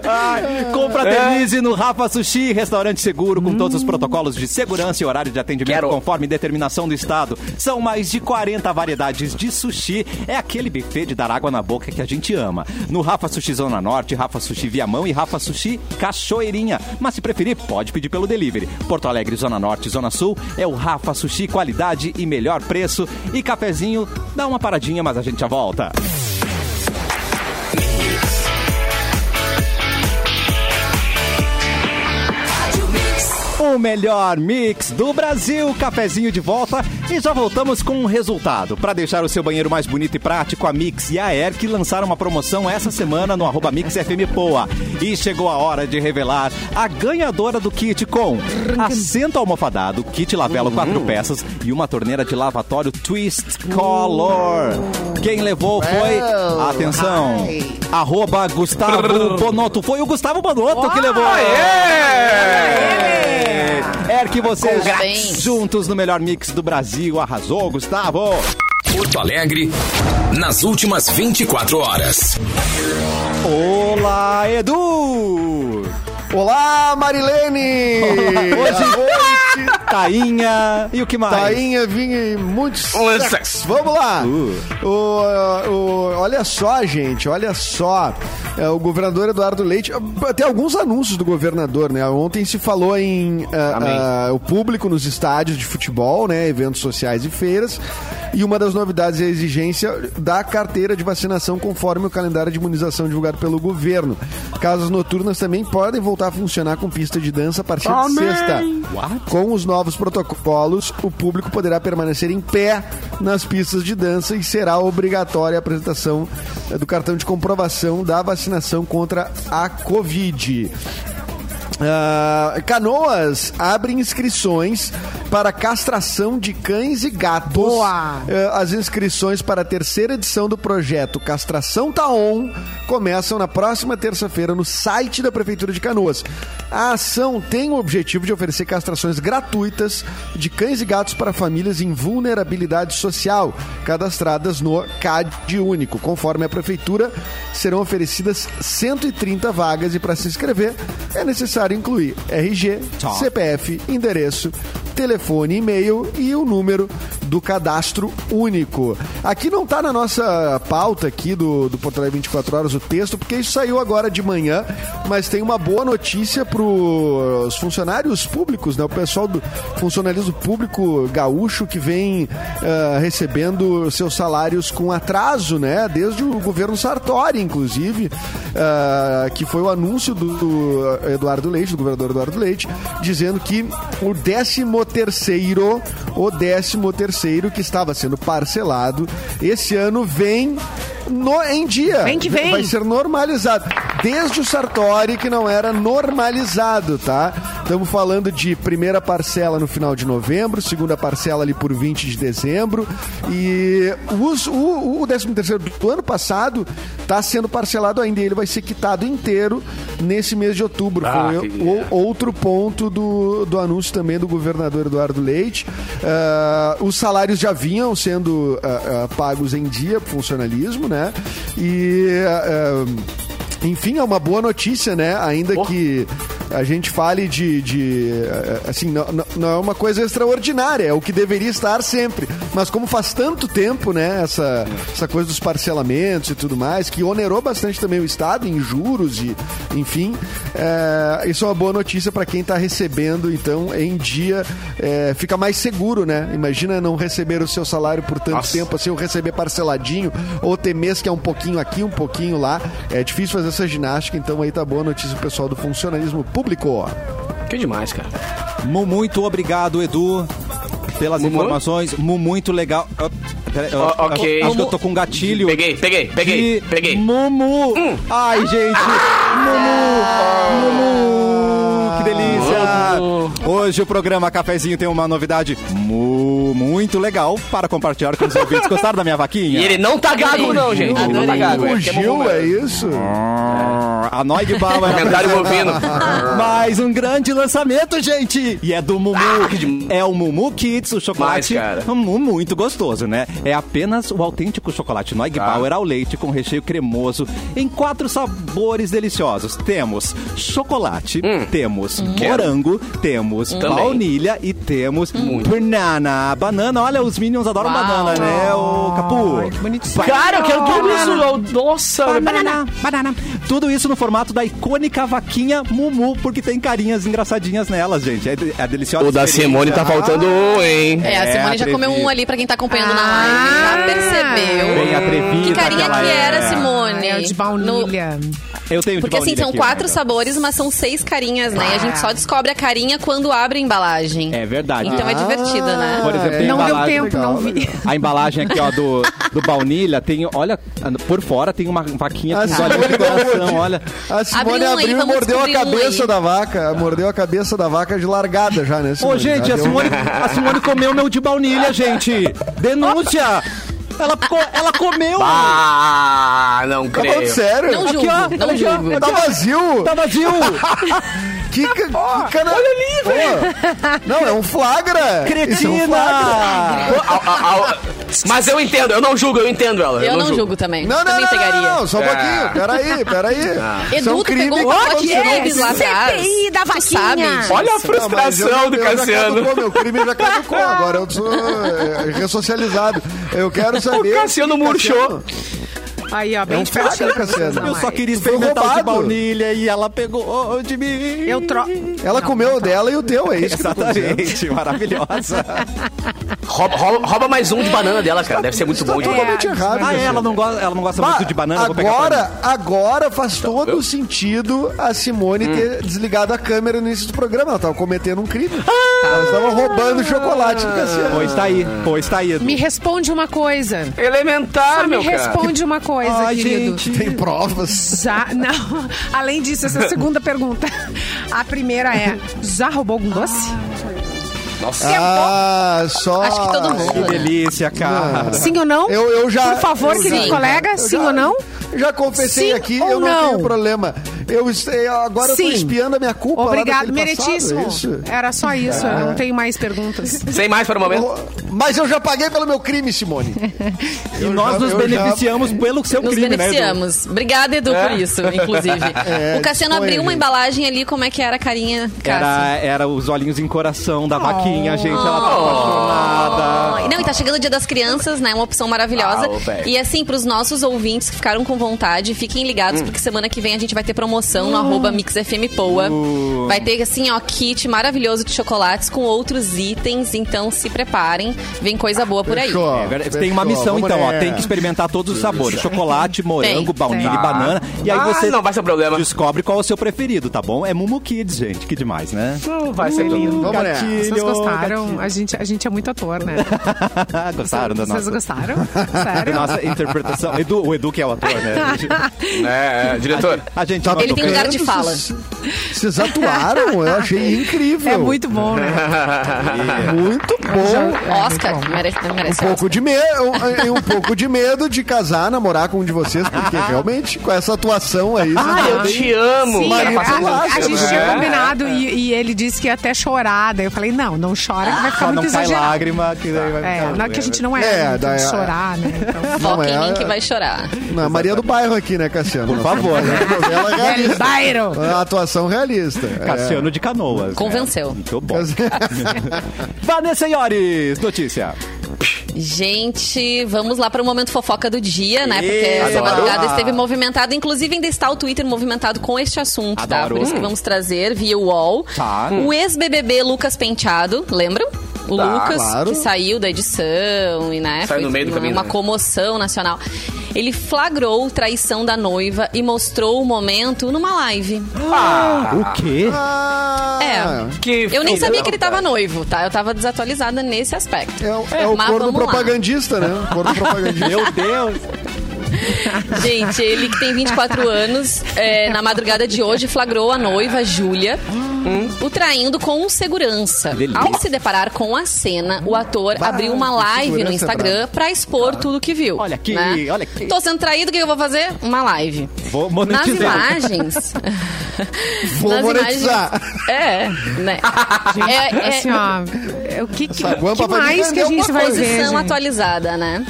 S1: Ai, confraternize no Rafa Sushi, restaurante seguro com todos os protocolos de segurança e horário de atendimento
S2: Quero.
S1: conforme determinação do estado. São mais de 40 variedades de sushi. É aquele buffet de dar água na boca que a gente ama. No Rafa Sushi Zona Norte, Rafa Sushi Viamão e Rafa Sushi Cachoeirinha. Mas se preferir, pode pedir pelo delivery. Porto Alegre, Zona Norte, Zona Sul é o Rafa Sushi qualidade e melhor preço. E cafezinho, dá uma paradinha, mas a gente já volta. O melhor mix do Brasil, cafezinho de volta e já voltamos com um resultado. Para deixar o seu banheiro mais bonito e prático, a Mix e a Air que lançaram uma promoção essa semana no arroba Mix FM Poa. E chegou a hora de revelar a ganhadora do kit com assento almofadado, kit lavelo quatro peças e uma torneira de lavatório Twist Color. Quem levou foi, atenção, arroba Gustavo Bonotto. Foi o Gustavo Bonotto que levou. É que vocês
S3: Congrats.
S1: juntos no melhor mix do Brasil. Arrasou, Gustavo!
S6: Porto Alegre, nas últimas 24 horas.
S1: Olá, Edu!
S5: Olá, Marilene!
S1: [LAUGHS] Hoje, Tainha e o que mais?
S5: Tainha, vinha e muitos sexos. Vamos lá.
S1: Uh.
S5: O, o- olha só, gente, olha só. É, o governador Eduardo Leite. ah, Tem alguns anúncios do governador, né? Ontem se falou em ah, ah, o público nos estádios de futebol, né? Eventos sociais e feiras. E uma das novidades é a exigência da carteira de vacinação conforme o calendário de imunização divulgado pelo governo. Casas noturnas também podem voltar a funcionar com pista de dança a partir de sexta. Com os novos protocolos, o público poderá permanecer em pé nas pistas de dança e será obrigatória a apresentação eh, do cartão de comprovação da vacinação contra a Covid. Ah, Canoas abre inscrições para castração de cães e gatos.
S4: Boa!
S5: Eh, As inscrições para a terceira edição do projeto Castração Tá On começam na próxima terça-feira no site da Prefeitura de Canoas. A ação tem o objetivo de oferecer castrações gratuitas de cães e gatos para famílias em vulnerabilidade social, cadastradas no CAD Único. Conforme a Prefeitura, serão oferecidas 130 vagas e para se inscrever é necessário incluir RG,
S1: Tá.
S5: CPF, endereço, telefone, e-mail e o número do cadastro único. Aqui não tá na nossa pauta aqui do, do Porto Alegre 24 Horas o texto, porque isso saiu agora de manhã, mas tem uma boa notícia para os funcionários públicos, né? O pessoal do funcionalismo público gaúcho que vem ah, recebendo seus salários com atraso, né? Desde o governo Sartori, inclusive, ah, que foi o anúncio do, do Eduardo Leite, do governador Eduardo Leite, dizendo que o 13 terceiro, o 13 terceiro que estava sendo parcelado, esse ano vem no, em dia.
S4: Vem que vem.
S5: Vai ser normalizado. Desde o Sartori que não era normalizado, tá? Estamos falando de primeira parcela no final de novembro, segunda parcela ali por 20 de dezembro e os- o, o 13 terceiro do ano passado está sendo parcelado ainda e ele vai ser quitado inteiro nesse mês de outubro.
S2: Ah,
S5: Foi
S2: que-
S5: o- outro ponto do, do anúncio também do governador Eduardo Leite. Ah, os salários já vinham sendo ah, ah, pagos em dia pro funcionalismo, né? E. ah, ah, enfim, é uma boa notícia, né? Ainda que a gente fale de. de, ah, assim, não, não- não é uma coisa extraordinária, é o que deveria estar sempre. Mas como faz tanto tempo, né? Essa, essa coisa dos parcelamentos e tudo mais, que onerou bastante também o Estado em juros e, enfim, é, isso é uma boa notícia para quem está recebendo, então, em dia, é, fica mais seguro, né? Imagina não receber o seu salário por tanto
S2: Nossa.
S5: tempo assim, ou receber parceladinho, ou ter mês que é um pouquinho aqui, um pouquinho lá. É difícil fazer essa ginástica, então aí tá boa notícia pro pessoal do funcionalismo público.
S2: Que demais, cara.
S1: Mu- Muito obrigado, Edu, pelas
S2: Mumu?
S1: informações. Mu- Muito legal. Ah, peraí, eu
S2: Ó,
S1: acho-
S2: ok.
S1: Acho que eu tô com um gatilho.
S2: Peguei, peguei, peguei, Hum.
S1: de
S2: peguei. Ah!
S1: Mumu. Ai, gente. Mumu. Mumu. que delícia! Hoje o programa Cafezinho tem uma novidade mu- muito legal para compartilhar com os ouvintes. Gostaram da minha vaquinha?
S2: E ele não tá gago, não, gente. Ele Não tá
S3: Adorei.
S2: gago. é
S5: O
S2: que é bom,
S5: Gil, é isso?
S1: Ah, A Noig Bauer
S2: Comentário
S1: apresenta
S2: bovino.
S1: [LAUGHS] Mais um grande lançamento, gente! E é do Mumu.
S2: Ah,
S1: É o Mumu Kids, o chocolate um
S2: Mas, cara.
S1: mu- muito gostoso, né? É apenas o autêntico chocolate Noig
S2: Tá.
S1: Bauer ao leite com recheio cremoso em quatro sabores deliciosos. Temos chocolate, temos morango, temos
S2: Hum. Também.
S1: baunilha e temos banana. Banana, olha, os Minions adoram
S3: Uau.
S1: banana, né, o Capu?
S4: Ai, que bonitinho.
S2: Cara, eu quero tudo isso. ó. Nossa.
S4: Banana, banana.
S1: Tudo isso no formato da icônica vaquinha Mumu, porque tem carinhas engraçadinhas nelas, gente. É, de- é deliciosa.
S2: O da
S1: experiência.
S2: Simone
S5: Ah,
S2: tá faltando um, hein?
S3: É, a
S1: É,
S3: Simone já
S1: atrevi-
S3: comeu um ali pra quem tá acompanhando na
S4: Ah!
S3: live. Já percebeu.
S1: Bem atrevida
S3: Que carinha
S1: ela
S3: que
S1: é.
S3: era, Simone?
S4: É o de baunilha.
S1: Eu tenho de
S3: Porque assim,
S1: baunilha
S3: são
S1: aqui,
S3: quatro
S1: ó.
S3: sabores, mas são seis carinhas, né? E a gente só descobre a carinha quando abre a embalagem.
S1: É verdade.
S3: Então é divertida, né?
S1: Por exemplo, tem
S4: Não deu
S1: embalagem-
S4: tempo, não vi.
S1: A embalagem aqui, ó, do, do baunilha, tem, olha, por fora tem uma vaquinha
S3: Ah,
S1: com
S5: A
S1: um
S5: Simone
S1: olhinho de coração,
S5: abriu.
S1: olha.
S5: A Simone
S3: Abre um aí,
S5: abriu e
S3: vamos
S5: mordeu a
S3: descobrir um
S5: cabeça
S3: aí.
S5: da vaca. Mordeu a cabeça da vaca de largada já, né?
S1: Ô,
S5: Simone?
S1: gente,
S5: Já
S1: a
S3: um
S5: deu-
S1: Simone,
S2: tá
S1: a Simone comeu meu de baunilha, gente. Denúncia! Ela, co- ela comeu!
S2: Ah, não
S5: Tá falando
S2: creio.
S5: sério?
S3: Não
S1: Aqui, ó,
S3: julgo, não
S1: aqui, ó.
S3: julgo.
S5: Tá vazio!
S1: Tá vazio!
S5: Que, ca- que cana... Olha ali, velho! Não, é um flagra! Isso é um flagra.
S1: Cretina!
S2: Au, au, au. Mas eu entendo, eu não julgo, eu entendo ela.
S3: Eu não julgo também.
S5: Não, não,
S3: também
S5: não, não,
S3: pegaria.
S5: não, não, só um
S2: É.
S5: pouquinho, peraí, peraí.
S2: Ah.
S5: Isso é um
S3: Edu, tu
S5: crime
S3: pegou um
S5: que
S3: pacote de
S5: aconteceu.
S3: Elvis lá atrás.
S4: CPI da
S3: Tu
S4: vaquinha.
S3: sabe?
S2: Olha a
S5: Não, mas eu-
S2: frustração do
S5: eu já
S2: Cassiano.
S5: caducou, meu crime já caducou, agora eu sou é, ressocializado. Eu quero saber...
S2: O Cassiano murchou.
S4: Aí,
S1: É
S4: ó, bem
S5: um
S4: diferente.
S5: flagra, Cassiano.
S1: Eu só queria
S5: Foi
S1: experimentar o de
S5: roubado.
S1: baunilha e ela pegou de mim.
S4: Eu troco.
S5: Ela comeu o dela e o teu, é isso que eu tô
S1: [LAUGHS]
S5: dizendo.
S1: Exatamente, maravilhosa.
S2: Rouba, rouba- rouba mais um de
S5: É,
S2: banana dela,
S5: tá
S2: cara. Deve ser muito bom de banana.
S5: Totalmente errado.
S1: ah,
S5: Cassiano.
S1: ela não gosta, ela
S4: um
S1: não gosta muito de banana, vou pegar pra
S5: agora,
S1: mim.
S5: agora faz todo
S2: eu-
S5: sentido a Simone ter desligado a câmera no início do programa. Ela tava cometendo um crime.
S4: Ah!
S5: Ela estava roubando chocolate do Cassiano.
S1: Pois tá aí, pois tá aí, Edu.
S4: Me responde uma coisa.
S2: Elementar,
S4: Só me
S2: Ah, meu cara.
S4: responde uma coisa,
S1: Ai,
S4: querido.
S1: gente.
S5: Tem provas.
S4: Já, não. Além
S1: [LAUGHS]
S4: disso, essa é a segunda pergunta. A primeira é: já roubou algum doce?
S2: Nossa.
S5: Ah, só.
S3: É Acho que todo mundo.
S1: Que delícia, cara.
S4: Sim ou não?
S5: Eu, eu já.
S4: Por favor,
S5: eu
S4: querido
S5: já-
S4: colega,
S5: eu
S4: sim
S5: já-
S4: ou não?
S5: Já confessei
S4: Sim
S5: aqui,
S4: ou
S5: eu não,
S4: não?
S5: tenho problema. Eu este- agora eu
S4: Sim.
S5: tô espiando a minha culpa. lá
S4: Obrigado,
S5: daquele passado,
S4: meritíssimo.
S5: é isso?
S4: Era só isso, eu
S1: Ah.
S4: não tenho mais perguntas.
S2: Sem mais para o momento.
S5: Mas eu já paguei pelo meu crime, Simone.
S1: E nós nos
S5: eu já-
S1: beneficiamos pelo seu
S3: Nos
S1: crime, né,
S3: beneficiamos. Obrigada, Edu, por isso, inclusive.
S5: [LAUGHS] É,
S3: o Cassiano
S5: foi,
S3: abriu uma
S5: gente.
S3: embalagem ali, como é que era a carinha,
S1: Edu?
S3: Cássio?
S1: Era, era os olhinhos em coração da vaquinha, gente. Ela tá apaixonada.
S3: Ai, Não, e tá chegando o Dia das Crianças, né? Uma opção maravilhosa.
S2: Ah, ô, velho.
S3: e assim, pros nossos ouvintes que ficaram com vontade, fiquem ligados,
S5: Hum.
S3: porque semana que vem a gente vai ter promoção no arroba MixFMPoa.
S5: Uh.
S3: Vai ter, assim, ó, kit maravilhoso de chocolates com outros itens. Então, se preparem. Vem coisa boa por aí.
S5: Fechou,
S1: É verdade. Tem uma
S5: fechou,
S1: missão,
S5: vamos
S1: então, ó.
S5: nessa.
S1: Tem que experimentar todos os sabores: chocolate, morango,
S3: Tem.
S1: baunilha
S4: Tem.
S1: e banana. E aí
S2: Ah,
S1: você
S2: não vai ser problema.
S1: descobre qual é o seu preferido, tá bom? É Mumu Kids, gente. Que demais, né?
S2: Vai ser lindo.
S5: Vamos nessa.
S1: Gatilho,
S4: Vocês gostaram? A gente, a gente é muito ator, né?
S1: gatilho. [LAUGHS] Gostaram da
S4: Vocês
S1: nossa,
S4: gostaram?
S1: da [LAUGHS]
S4: Sério?
S1: nossa interpretação? Edu, o Edu que é o ator, né? A gente-
S2: É, é, diretor.
S1: A gente
S5: Tá
S1: nota
S3: Ele
S1: o
S3: tem um
S1: peso.
S3: lugar de fala.
S5: Vocês atuaram? Eu achei incrível. É
S4: É muito bom, né?
S5: Muito bom.
S3: Oscar, merece, merece
S5: Um
S3: Oscar.
S5: pouco, de medo, um, um pouco de medo de casar, namorar com um de vocês, porque realmente com essa atuação aí. vocês
S2: Ah,
S5: não
S2: eu
S5: têm-
S2: te amo.
S4: Sim,
S5: Mas
S4: a,
S5: era pra ser
S4: a- a
S5: lástima,
S4: gente
S5: né?
S4: tinha combinado e, e ele disse que ia até chorar. Daí eu falei, não, não chora que vai
S5: Ah,
S4: ficar
S1: Só não
S4: muito
S1: cai
S4: exagerado.
S1: lágrima, que daí vai
S4: É,
S1: ficar-
S4: na, que a gente não é,
S5: É,
S4: muito de
S5: daí-
S4: chorar, né?
S5: [LAUGHS]
S4: Então,
S3: Foca
S5: Não,
S3: em
S5: é-
S3: mim que vai chorar.
S5: Não, é Maria do Bairro aqui, né, Cassiano? é
S1: Por favor, né?
S5: Novela
S4: Velho
S5: realista. É
S4: Bairro.
S5: Uma atuação realista. É.
S1: Cassiano de Canoas.
S3: Convenceu.
S1: Né? Muito bom. [LAUGHS] Vanessa Iores, notícia.
S3: Gente, vamos lá para o momento fofoca do dia, né? Porque
S1: Ih,
S3: essa
S1: adoro.
S3: madrugada esteve movimentada. Inclusive, ainda está o Twitter movimentado com este assunto, tá?
S1: Adoro.
S3: Por isso que vamos trazer via UOL.
S1: Tá.
S3: O ex-BBB Lucas Penteado, lembram? O
S2: Tá,
S3: Lucas,
S5: claro.
S3: que saiu da edição e, né?
S2: Saiu no meio do
S3: uma,
S2: caminho,
S3: uma
S2: né?
S3: comoção nacional. Ele flagrou traição da noiva e mostrou o momento numa live.
S1: Ah, o quê?
S5: Ah,
S3: É.
S2: Que
S3: Eu nem sabia que ele
S2: cara.
S3: tava noivo, tá? Eu tava desatualizada nesse aspecto.
S5: É, o- é o
S3: Mas
S5: corno
S3: vamos lá. [LAUGHS]
S5: propagandista, né? O corno propagandista.
S1: Meu Deus.
S3: Gente, ele que tem 24 anos, é, na madrugada de hoje flagrou a noiva Júlia o traindo com segurança.
S1: Delícia.
S3: Ao se deparar com a cena, o ator abriu uma
S5: que
S3: live no
S5: segurança
S3: Instagram pra expor tudo que viu. né?
S1: Olha aqui, olha aqui.
S3: Tô sendo traído, o que eu vou fazer? Uma live.
S1: Vou
S3: Nas
S1: monetizar.
S3: imagens.
S5: Vou
S3: nas
S5: monetizar.
S3: Imagens, é, né? É- é-
S4: Assim, ó, é, o que, que,
S5: Essa guampa
S4: que
S5: vai
S4: mais
S5: me
S4: que a
S5: vender
S4: gente
S5: alguma
S4: vai
S5: coisa.
S4: ver?
S3: posição
S4: gente?
S3: atualizada, né?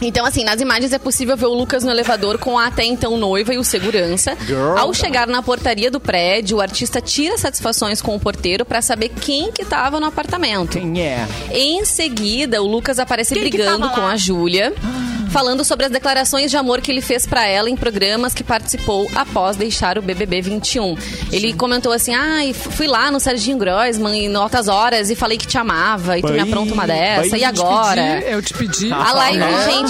S3: Então, assim, nas imagens é possível ver o Lucas no elevador com a até então noiva e o segurança. Ao chegar na portaria do prédio, o artista tira satisfações com o porteiro pra saber quem que tava no apartamento.
S1: Quem é?
S3: Em seguida, o Lucas aparece
S4: Quem é que
S3: brigando
S4: tava
S3: com
S4: lá?
S3: a Júlia, falando sobre as declarações de amor que ele fez pra ela em programas que participou após deixar o BBB 21. Ele comentou assim: "Ai, f- fui lá no Serginho Grossman em altas horas e falei que te amava e tu me
S1: Bai,
S3: apronta uma dessa
S1: bai.
S3: e agora?"
S7: Eu te pedi.
S4: Ah,
S3: A live,
S5: Ah,
S3: gente,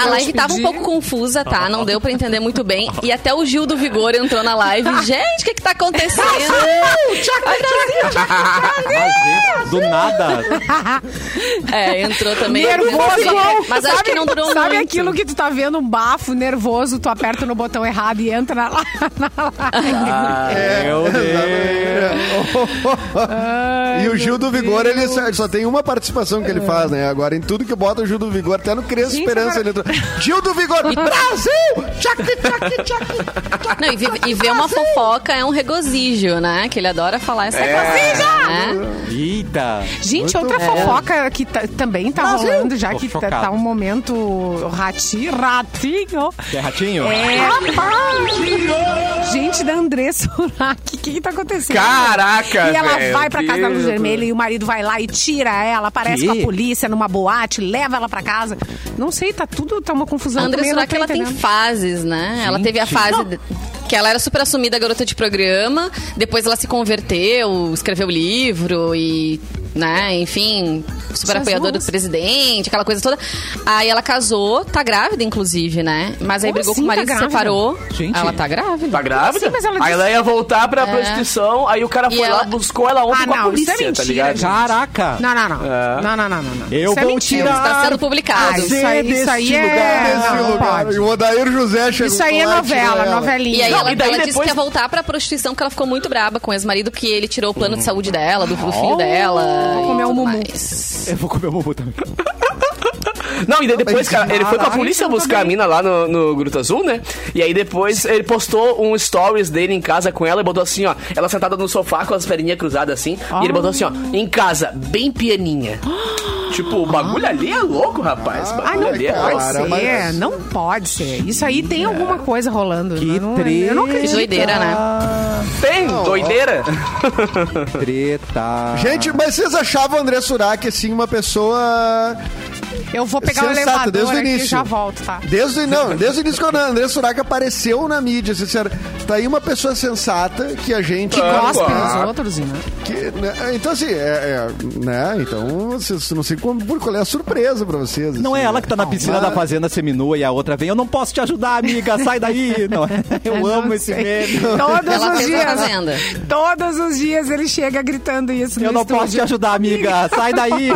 S3: a live tava um
S7: pedi.
S3: pouco confusa, tá? Não deu pra entender muito bem. E até o Gil do Vigor entrou na
S4: [LAUGHS]
S3: live. Gente, o que que tá acontecendo?
S4: né?
S1: Do nada.
S3: É, entrou também.
S4: Nervoso, igual.
S3: Mas acho que não durou muito.
S4: Sabe aquilo que tu tá vendo um bafo nervoso, tu aperta no botão errado e entra na, na
S3: É.
S1: Meu Deus.
S5: e o Gil do Vigor, ele só, só tem uma participação que ele faz, né? Agora, em tudo que bota o Gil do Vigor, até no Criança
S4: Gente,
S5: Esperança
S4: agora-
S5: ele entrou. Gil
S4: [LAUGHS]
S5: do Vigor, Brasil! Tchac, tchac, tchac.
S3: Não, e, vi- e ver uma fofoca é um regozijo, né? Que ele adora falar essa
S4: É.
S3: coisa. Né?
S1: Eita.
S4: Gente, outra fofoca que tá- também tá rolando, já
S1: Tô
S4: que tá-
S1: chocado.
S4: tá um momento rati, ratinho.
S1: Quer ratinho?
S4: É, rapaz! Gente, da Andressa Urach, o que que tá
S2: [LAUGHS]
S4: acontecendo?
S2: Caraca,
S4: E ela
S2: velho,
S4: vai pra casa da Luz
S2: Deus.
S4: Vermelha e o marido vai lá e tira ela, aparece
S1: Que?
S4: com a polícia numa boate, leva ela pra casa. Não sei, tá tudo, tá uma confusão.
S3: A Andressa
S4: também, eu não
S3: Surak,
S4: tô
S3: ela tem
S4: entendendo.
S3: fases, né? Ela teve a fase de- que ela era super assumida garota de programa, depois ela se converteu, escreveu livro e, né, enfim, super
S4: São as
S3: apoiadora do
S4: duas.
S3: presidente, aquela coisa toda. Aí ela casou, tá grávida, inclusive, né? Mas aí
S4: Como
S3: brigou
S4: assim
S3: com o
S4: tá
S3: marido, se
S4: grávida?
S3: separou.
S1: Gente.
S3: Ela tá grávida.
S2: Tá grávida?
S4: Sim, mas ela
S2: Aí
S4: disse-
S2: ela ia voltar pra prostituição, aí o cara
S3: É. E
S2: foi lá,
S3: ela-
S2: buscou ela ontem
S4: Ah,
S2: com a
S4: não, isso
S2: polícia,
S4: é
S2: tá
S4: mentira,
S2: ligado?
S4: gente.
S1: Caraca.
S4: Não, não, não. Não, não, não, não, não.
S1: Eu
S4: Isso é
S1: vou
S4: mentira.
S1: tirar
S3: Está Tá sendo
S4: Ah,
S3: publicado.
S4: isso aí, isso aí
S1: deste lugar,
S4: é...
S5: Esse
S4: não, não
S5: lugar.
S4: pode.
S5: E o Odair José chegou
S4: Isso aí é
S5: lá e tirou
S4: novela,
S5: ela.
S4: novelinha.
S3: E aí
S2: Não,
S3: ela,
S2: e daí
S3: ela disse
S2: depois-
S3: que ia voltar pra prostituição porque ela ficou muito braba com o ex-marido porque ele tirou o plano de saúde dela, do, do filho dela. e
S4: comer um
S3: tudo
S4: mumu.
S3: mais.
S1: É, Eu vou comer o bumbum também.
S2: Não, e daí depois,
S5: mas
S2: cara, ele foi com a
S4: caralho,
S2: polícia
S4: eu não tô
S2: buscar a
S4: bem.
S2: mina lá no, no Gruta Azul, né? E aí depois ele postou um stories dele em casa com ela e botou assim, ó, ela sentada no sofá com as perninhas cruzadas assim, e ele botou assim, ó, em casa, bem
S5: [GASPS]
S2: pianinha. tipo, o bagulho ali é louco, rapaz. O
S4: Ah,
S2: bagulho
S4: não
S2: ali é
S4: pode
S2: louco.
S5: cara,
S4: ser,
S5: mas-
S4: não pode ser. Isso aí tem alguma coisa rolando.
S1: Que
S4: eu não,
S1: treta.
S4: Eu não acredito.
S3: Doideira, né?
S2: Tem, doideira.
S1: Treta.
S5: Gente, mas vocês achavam o André Surak, assim, uma pessoa...
S4: Eu vou pegar o
S5: Sensato,
S4: elevador
S5: desde o
S4: aqui
S5: início.
S4: e já volto, tá?
S5: Desde, o- não, desde o início quando a André Surak apareceu na mídia, assim, sério, tá aí uma pessoa sensata que a gente...
S2: Ah,
S4: Gosta
S2: claro.
S4: dos outros, né?
S5: Que, né, então, assim, é, é, né? Então, vocês não sei como, qual é a surpresa pra vocês.
S1: Não é
S5: assim,
S1: ela
S5: né?
S1: que tá na piscina
S5: Mas-
S1: da fazenda seminua e a outra vem. Eu não posso te ajudar, amiga. Sai daí. [LAUGHS] Não, é? eu
S4: Não
S1: amo esse
S4: sei. Tá um
S1: meme.
S4: Todos
S3: Ela
S4: os
S3: fez tá na
S4: dias.
S3: Fazenda.
S4: Todos os dias ele chega gritando isso.
S1: Eu
S4: no
S1: não posso te
S4: estúdio.
S1: ajudar, amiga. Sai
S4: [LAUGHS]
S1: daí.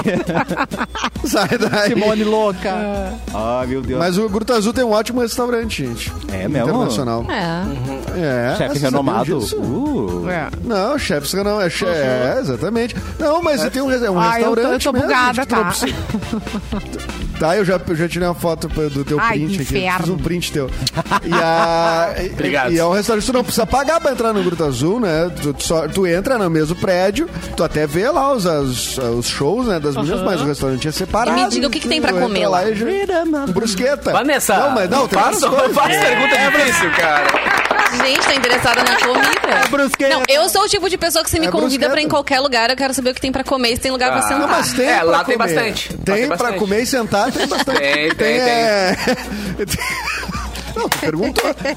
S5: Sai daí.
S1: Simone louca.
S4: É.
S1: Ah, meu Deus.
S5: Mas o Gruta Azul tem um ótimo restaurante, gente.
S1: É mesmo?
S5: Internacional.
S3: É.
S5: É.
S1: Chefe
S5: vocês sabiam
S1: renomado.
S5: disso?
S1: Uh.
S4: É.
S5: Não, chefe, você não é chefe. É, exatamente. Não, mas tem um, re- um
S4: Ah, eu tô-
S5: restaurante.
S4: eu tô
S5: mesmo,
S4: bugada,
S5: gente, tu não
S4: tá?
S5: precisa- Tá, eu já, eu já tirei uma foto pra- do teu
S4: Ai,
S5: print aqui.
S4: inferno.
S5: Fiz um
S3: [LAUGHS]
S5: print teu. E, a, e-
S2: Obrigado.
S5: e é um restaurante que tu não precisa pagar pra entrar no Gruta Azul, né? Tu, tu só, tu entra no mesmo prédio, tu até vê lá os, as- os shows né, das meninas, mas o restaurante é separado.
S3: E me diga o que que tem pra
S5: Tu entra
S3: comer lá?
S5: e já- Brusqueta.
S2: Vanessa,
S5: Não, mas não, tem várias
S2: faça,
S5: coisas. É,
S2: faça pergunta difícil, cara.
S3: Gente, tá interessada na
S2: É
S3: comida?
S1: Brusqueta.
S3: Não, eu sou o tipo de pessoa que se me
S5: É
S3: convida
S5: brusqueta.
S3: pra ir em qualquer lugar, eu quero saber o que tem pra comer, se tem lugar pra
S2: Ah.
S3: sentar.
S5: Não, mas tem
S2: É,
S5: pra
S2: lá tem
S5: comer.
S2: bastante. Lá tem
S5: Tem pra
S2: bastante.
S5: comer e
S2: [LAUGHS]
S5: sentar, tem bastante.
S2: Tem, tem,
S5: é- [LAUGHS] Não, tu perguntou. Tem,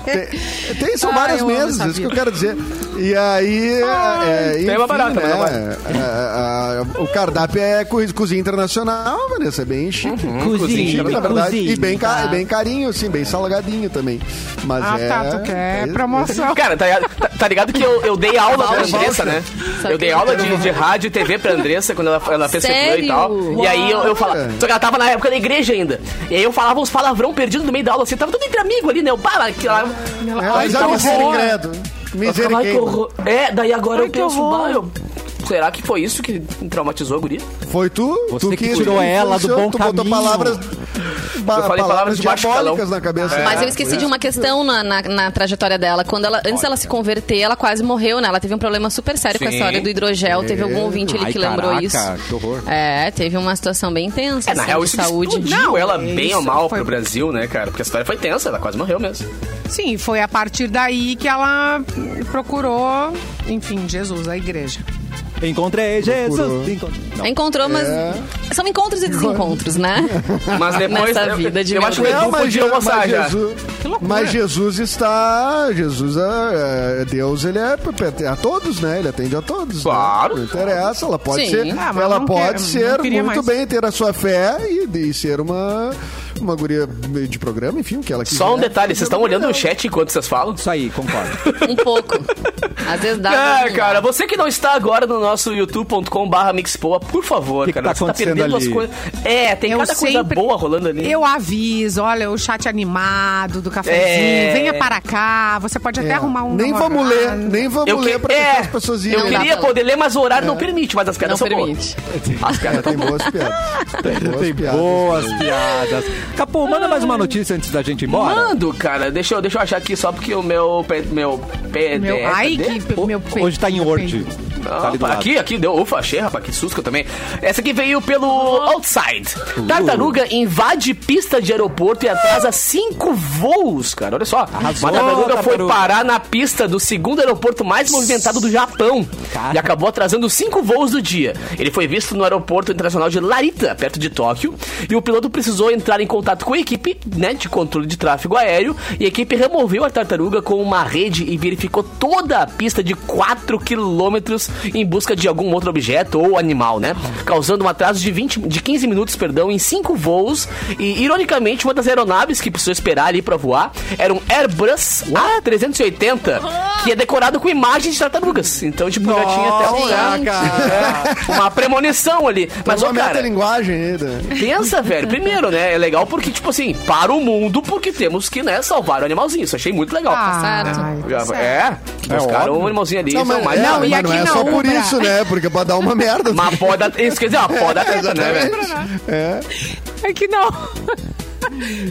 S5: tem- são
S4: Ah,
S5: várias
S4: eu amo
S5: mesas,
S4: essa
S2: Ah,
S5: isso que eu quero dizer. E aí. é,
S2: tem uma barata, mas não vai.
S5: a, Ah, o cardápio é co- cozinha internacional, Vanessa. É
S2: Uhum,
S5: bem chique. Bem
S7: Cozinha,
S5: chique, na verdade.
S7: cozinha.
S5: E bem, ca- bem carinho, assim, bem salgadinho também. Mas
S4: Ah,
S5: é.
S4: tá, tu quer
S5: é-
S4: promoção.
S2: Cara, tá, ligado- tá- tá ligado que eu, eu dei aula pra
S5: Voucher.
S2: Andressa, né?
S3: Sabe
S2: Eu dei
S3: que
S2: aula de, de rádio e TV pra Andressa quando ela, ela fez secundária
S3: Sério?
S2: e tal. E aí eu, eu falava. Só que ela tava na época da igreja ainda. E aí eu falava uns palavrão perdido no meio da aula, assim, tava tudo entre amigo ali, né? Eu bala, que lá.
S4: Então
S5: Mas é
S2: que
S5: misericredo.
S2: Eu ficava, "Ai, que
S5: Misericredo.
S2: horror." É, daí agora
S4: Ai,
S2: eu
S4: que
S2: penso,
S4: horror.
S2: bah, eu- será que foi isso que traumatizou a guria?
S5: Foi tu?
S1: Você
S5: tu
S1: que tirou ela do bom
S5: tu botou
S1: caminho.
S5: palavras. ba-
S2: Eu falei palavras de um. baixo
S5: diabólicas
S2: calão.
S5: na cabeça.
S3: Mas eu esqueci de uma questão na, na- na trajetória dela. Quando ela, antes dela se converter, ela quase morreu, né? Ela teve um problema super sério com a
S2: Sim.
S3: história do hidrogel. Teve algum ouvinte ali
S1: Ai,
S3: que lembrou
S1: caraca,
S3: isso.
S1: que horror.
S3: É, teve uma situação bem tensa,
S2: É, na
S3: assim,
S2: real,
S3: de
S2: isso
S3: saúde.
S2: saúde.
S4: Não,
S2: ela
S4: é
S2: bem ou
S4: isso,
S2: mal
S4: foi-
S2: pro Brasil, né, cara? Porque a história foi tensa, ela quase morreu mesmo.
S4: Sim, foi a partir daí que ela procurou, enfim, Jesus, a igreja. É.
S1: Encontrei Jesus.
S5: Procurou.
S1: Encontrei. Não.
S3: Encontrou, mas. São encontros e desencontros, né?
S2: Mas depois.
S3: Nessa
S2: eu-
S3: vida de
S2: eu acho que o
S3: mergulho.
S2: Edu
S5: mas
S2: podia
S5: Je-
S2: almoçar
S5: mas
S2: já.
S5: Jesus, mas Jesus está. Jesus é, é, Deus, ele é pertence a todos, né? Ele atende a todos.
S2: Claro.
S5: Né? Não interessa, ela pode
S3: Sim.
S5: ser.
S4: Ah, mas
S5: ela
S4: não
S5: pode
S4: quero,
S5: ser
S4: não queria
S5: muito
S4: mais.
S5: bem ter a sua fé e, e ser uma, uma guria de programa, enfim, o que ela quiser.
S2: Só um detalhe, vocês estão olhando o chat enquanto vocês falam?
S1: Isso aí, concordo.
S3: Um pouco. Às vezes dá. um às
S2: É,
S3: vezes não
S2: cara,
S3: dá.
S2: você que não está agora no nosso youtube.com/barra mixpoa, por favor,
S1: Que que
S2: cara,
S1: tá
S2: você tá
S1: acontecendo
S2: perdendo as
S1: ali?
S2: coisas. É, tem cada coisa boa rolando ali.
S4: Eu aviso, olha, o chat animado do cafezinho,
S2: É.
S4: venha para cá, você pode até
S5: É.
S4: arrumar um
S5: Nem
S4: namorado.
S5: vamos ler, nem vamos
S2: Eu, que-
S5: ler pra
S2: é,
S5: deixar as pessoas irem.
S2: eu
S3: Não dá
S2: queria
S3: pra-
S2: poder ler, mas o horário não permite, mas as
S3: Não
S2: piadas são
S3: permite.
S2: boas. As piadas
S5: É, Tem
S2: estão boas.
S5: boas piadas.
S1: [LAUGHS]
S5: Tem boas
S1: Tem
S5: [LAUGHS] piadas.
S1: boas piadas. Capô, manda mais uma notícia antes da gente ir embora.
S2: Mando, cara, deixa eu, deixa eu achar aqui só porque o meu. pe- Meu. pe-
S4: Meu,
S2: de-
S4: ai,
S2: cadê?
S4: que
S1: O-
S4: meu
S1: Hoje tá em
S4: peito,
S1: Word.
S4: peito.
S1: Tá ali do
S2: Opa,
S1: lado.
S2: aqui, aqui, deu. Ufa, achei, rapaz, que susto que eu também. Essa aqui veio pelo Outside.
S1: Uhum.
S2: Tartaruga invade pista de aeroporto e atrasa cinco voos, cara. Olha só.
S1: Arrasou,
S2: Uma tartaruga, foi
S1: tartaruga.
S2: parar na pista do segundo aeroporto mais movimentado do Japão
S1: Cara.
S2: e acabou atrasando cinco voos do dia. Ele foi visto no aeroporto internacional de Larita, perto de Tóquio, e o piloto precisou entrar em contato com a equipe né, de controle de tráfego aéreo e a equipe removeu a tartaruga com uma rede e verificou toda a pista de 4 quilômetros em busca de algum outro objeto ou animal, né? Causando um atraso de, 20, de 15 minutos, perdão, em cinco voos e, ironicamente, uma das aeronaves que precisou esperar ali pra voar era um Airbus A380, que é decorado com imagens de tartarugas. Então, tipo, já tinha até um, né?
S5: Nossa, cara.
S2: É, uma premonição ali. Mas,
S5: Uma
S2: ó,
S5: meta
S2: cara,
S5: linguagem ainda.
S2: pensa, velho. Primeiro, né? É legal porque, tipo assim, para o mundo, porque temos que, né, salvar o animalzinho. Isso eu achei muito legal.
S3: certo.
S4: ai, tá
S2: Já-
S4: certo.
S2: é, buscaram um animalzinho ali, são mais.
S5: é,
S4: Não,
S5: mas
S4: e aqui
S5: não é
S4: na
S5: só por
S4: Ubra-
S5: isso, né? Porque pode dar uma merda.
S2: Mas pode dar- Isso quer dizer, ó, pode dar treta, né, velho?
S5: Exatamente. É.
S4: É
S2: [LAUGHS]
S4: que não.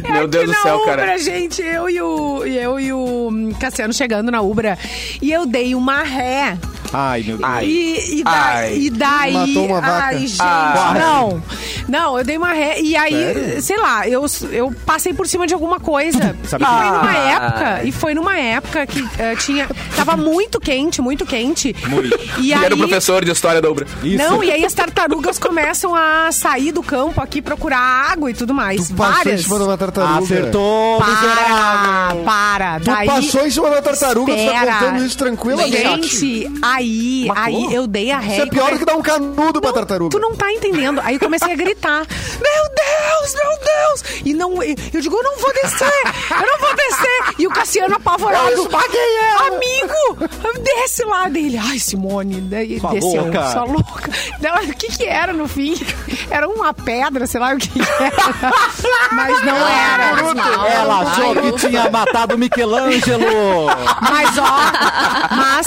S4: É
S2: Meu
S4: aqui
S2: Deus do
S4: na
S2: céu,
S4: Ubra,
S2: cara.
S4: gente, eu e o eu e o Cassiano chegando na Ubra e eu dei uma ré.
S1: Ai, meu Deus.
S2: Ai.
S4: E, e da-
S2: Ai. Ah.
S4: e daí.
S5: Matou uma vaca.
S4: Ai, gente.
S2: Ai.
S4: Não. Não, eu dei uma ré. E aí, sei lá, eu, eu passei por cima de alguma
S5: [LAUGHS]
S4: coisa.
S1: Sabe
S4: e
S1: que-
S4: foi numa
S2: Ai.
S4: época. E foi numa época que eh, tinha. Tava muito quente, muito quente.
S1: Muito.
S4: E,
S2: E
S4: aí.
S2: era o professor de história da Ubra.
S1: Isso.
S4: Não, e aí as tartarugas começam a sair do campo aqui procurar água e tudo mais.
S5: Tu passou em
S4: Várias.
S5: cima de uma tartaruga.
S1: Acertou, miserável.
S4: Para, para.
S5: Tu
S4: Daí,
S5: passou em cima da tartaruga, tu
S4: Tá Espera.
S5: tá contando isso tranquilamente.
S4: Gente, aí, aí eu dei a ré.
S5: Isso é
S4: e
S5: pior
S4: come-
S5: que dar um canudo pra tartaruga.
S4: Tu não tá entendendo. Aí eu comecei a gritar: [LAUGHS] Meu Deus, meu Deus! E não, e- eu digo: Eu não vou descer, eu não vou descer. E o Cassiano apavorado:
S5: Eu esmaguei ela.
S4: Amigo, desce lá dele. Ai, Simone, daí
S1: Sua
S4: desceu,
S1: louca.
S4: só louca. Dela, o que que era no fim? Era uma pedra, sei lá o que que era. Mas não era.
S1: Ela
S3: Ai,
S1: achou que
S3: ufa.
S1: tinha matado o Michelangelo.
S4: Mas ó, mas,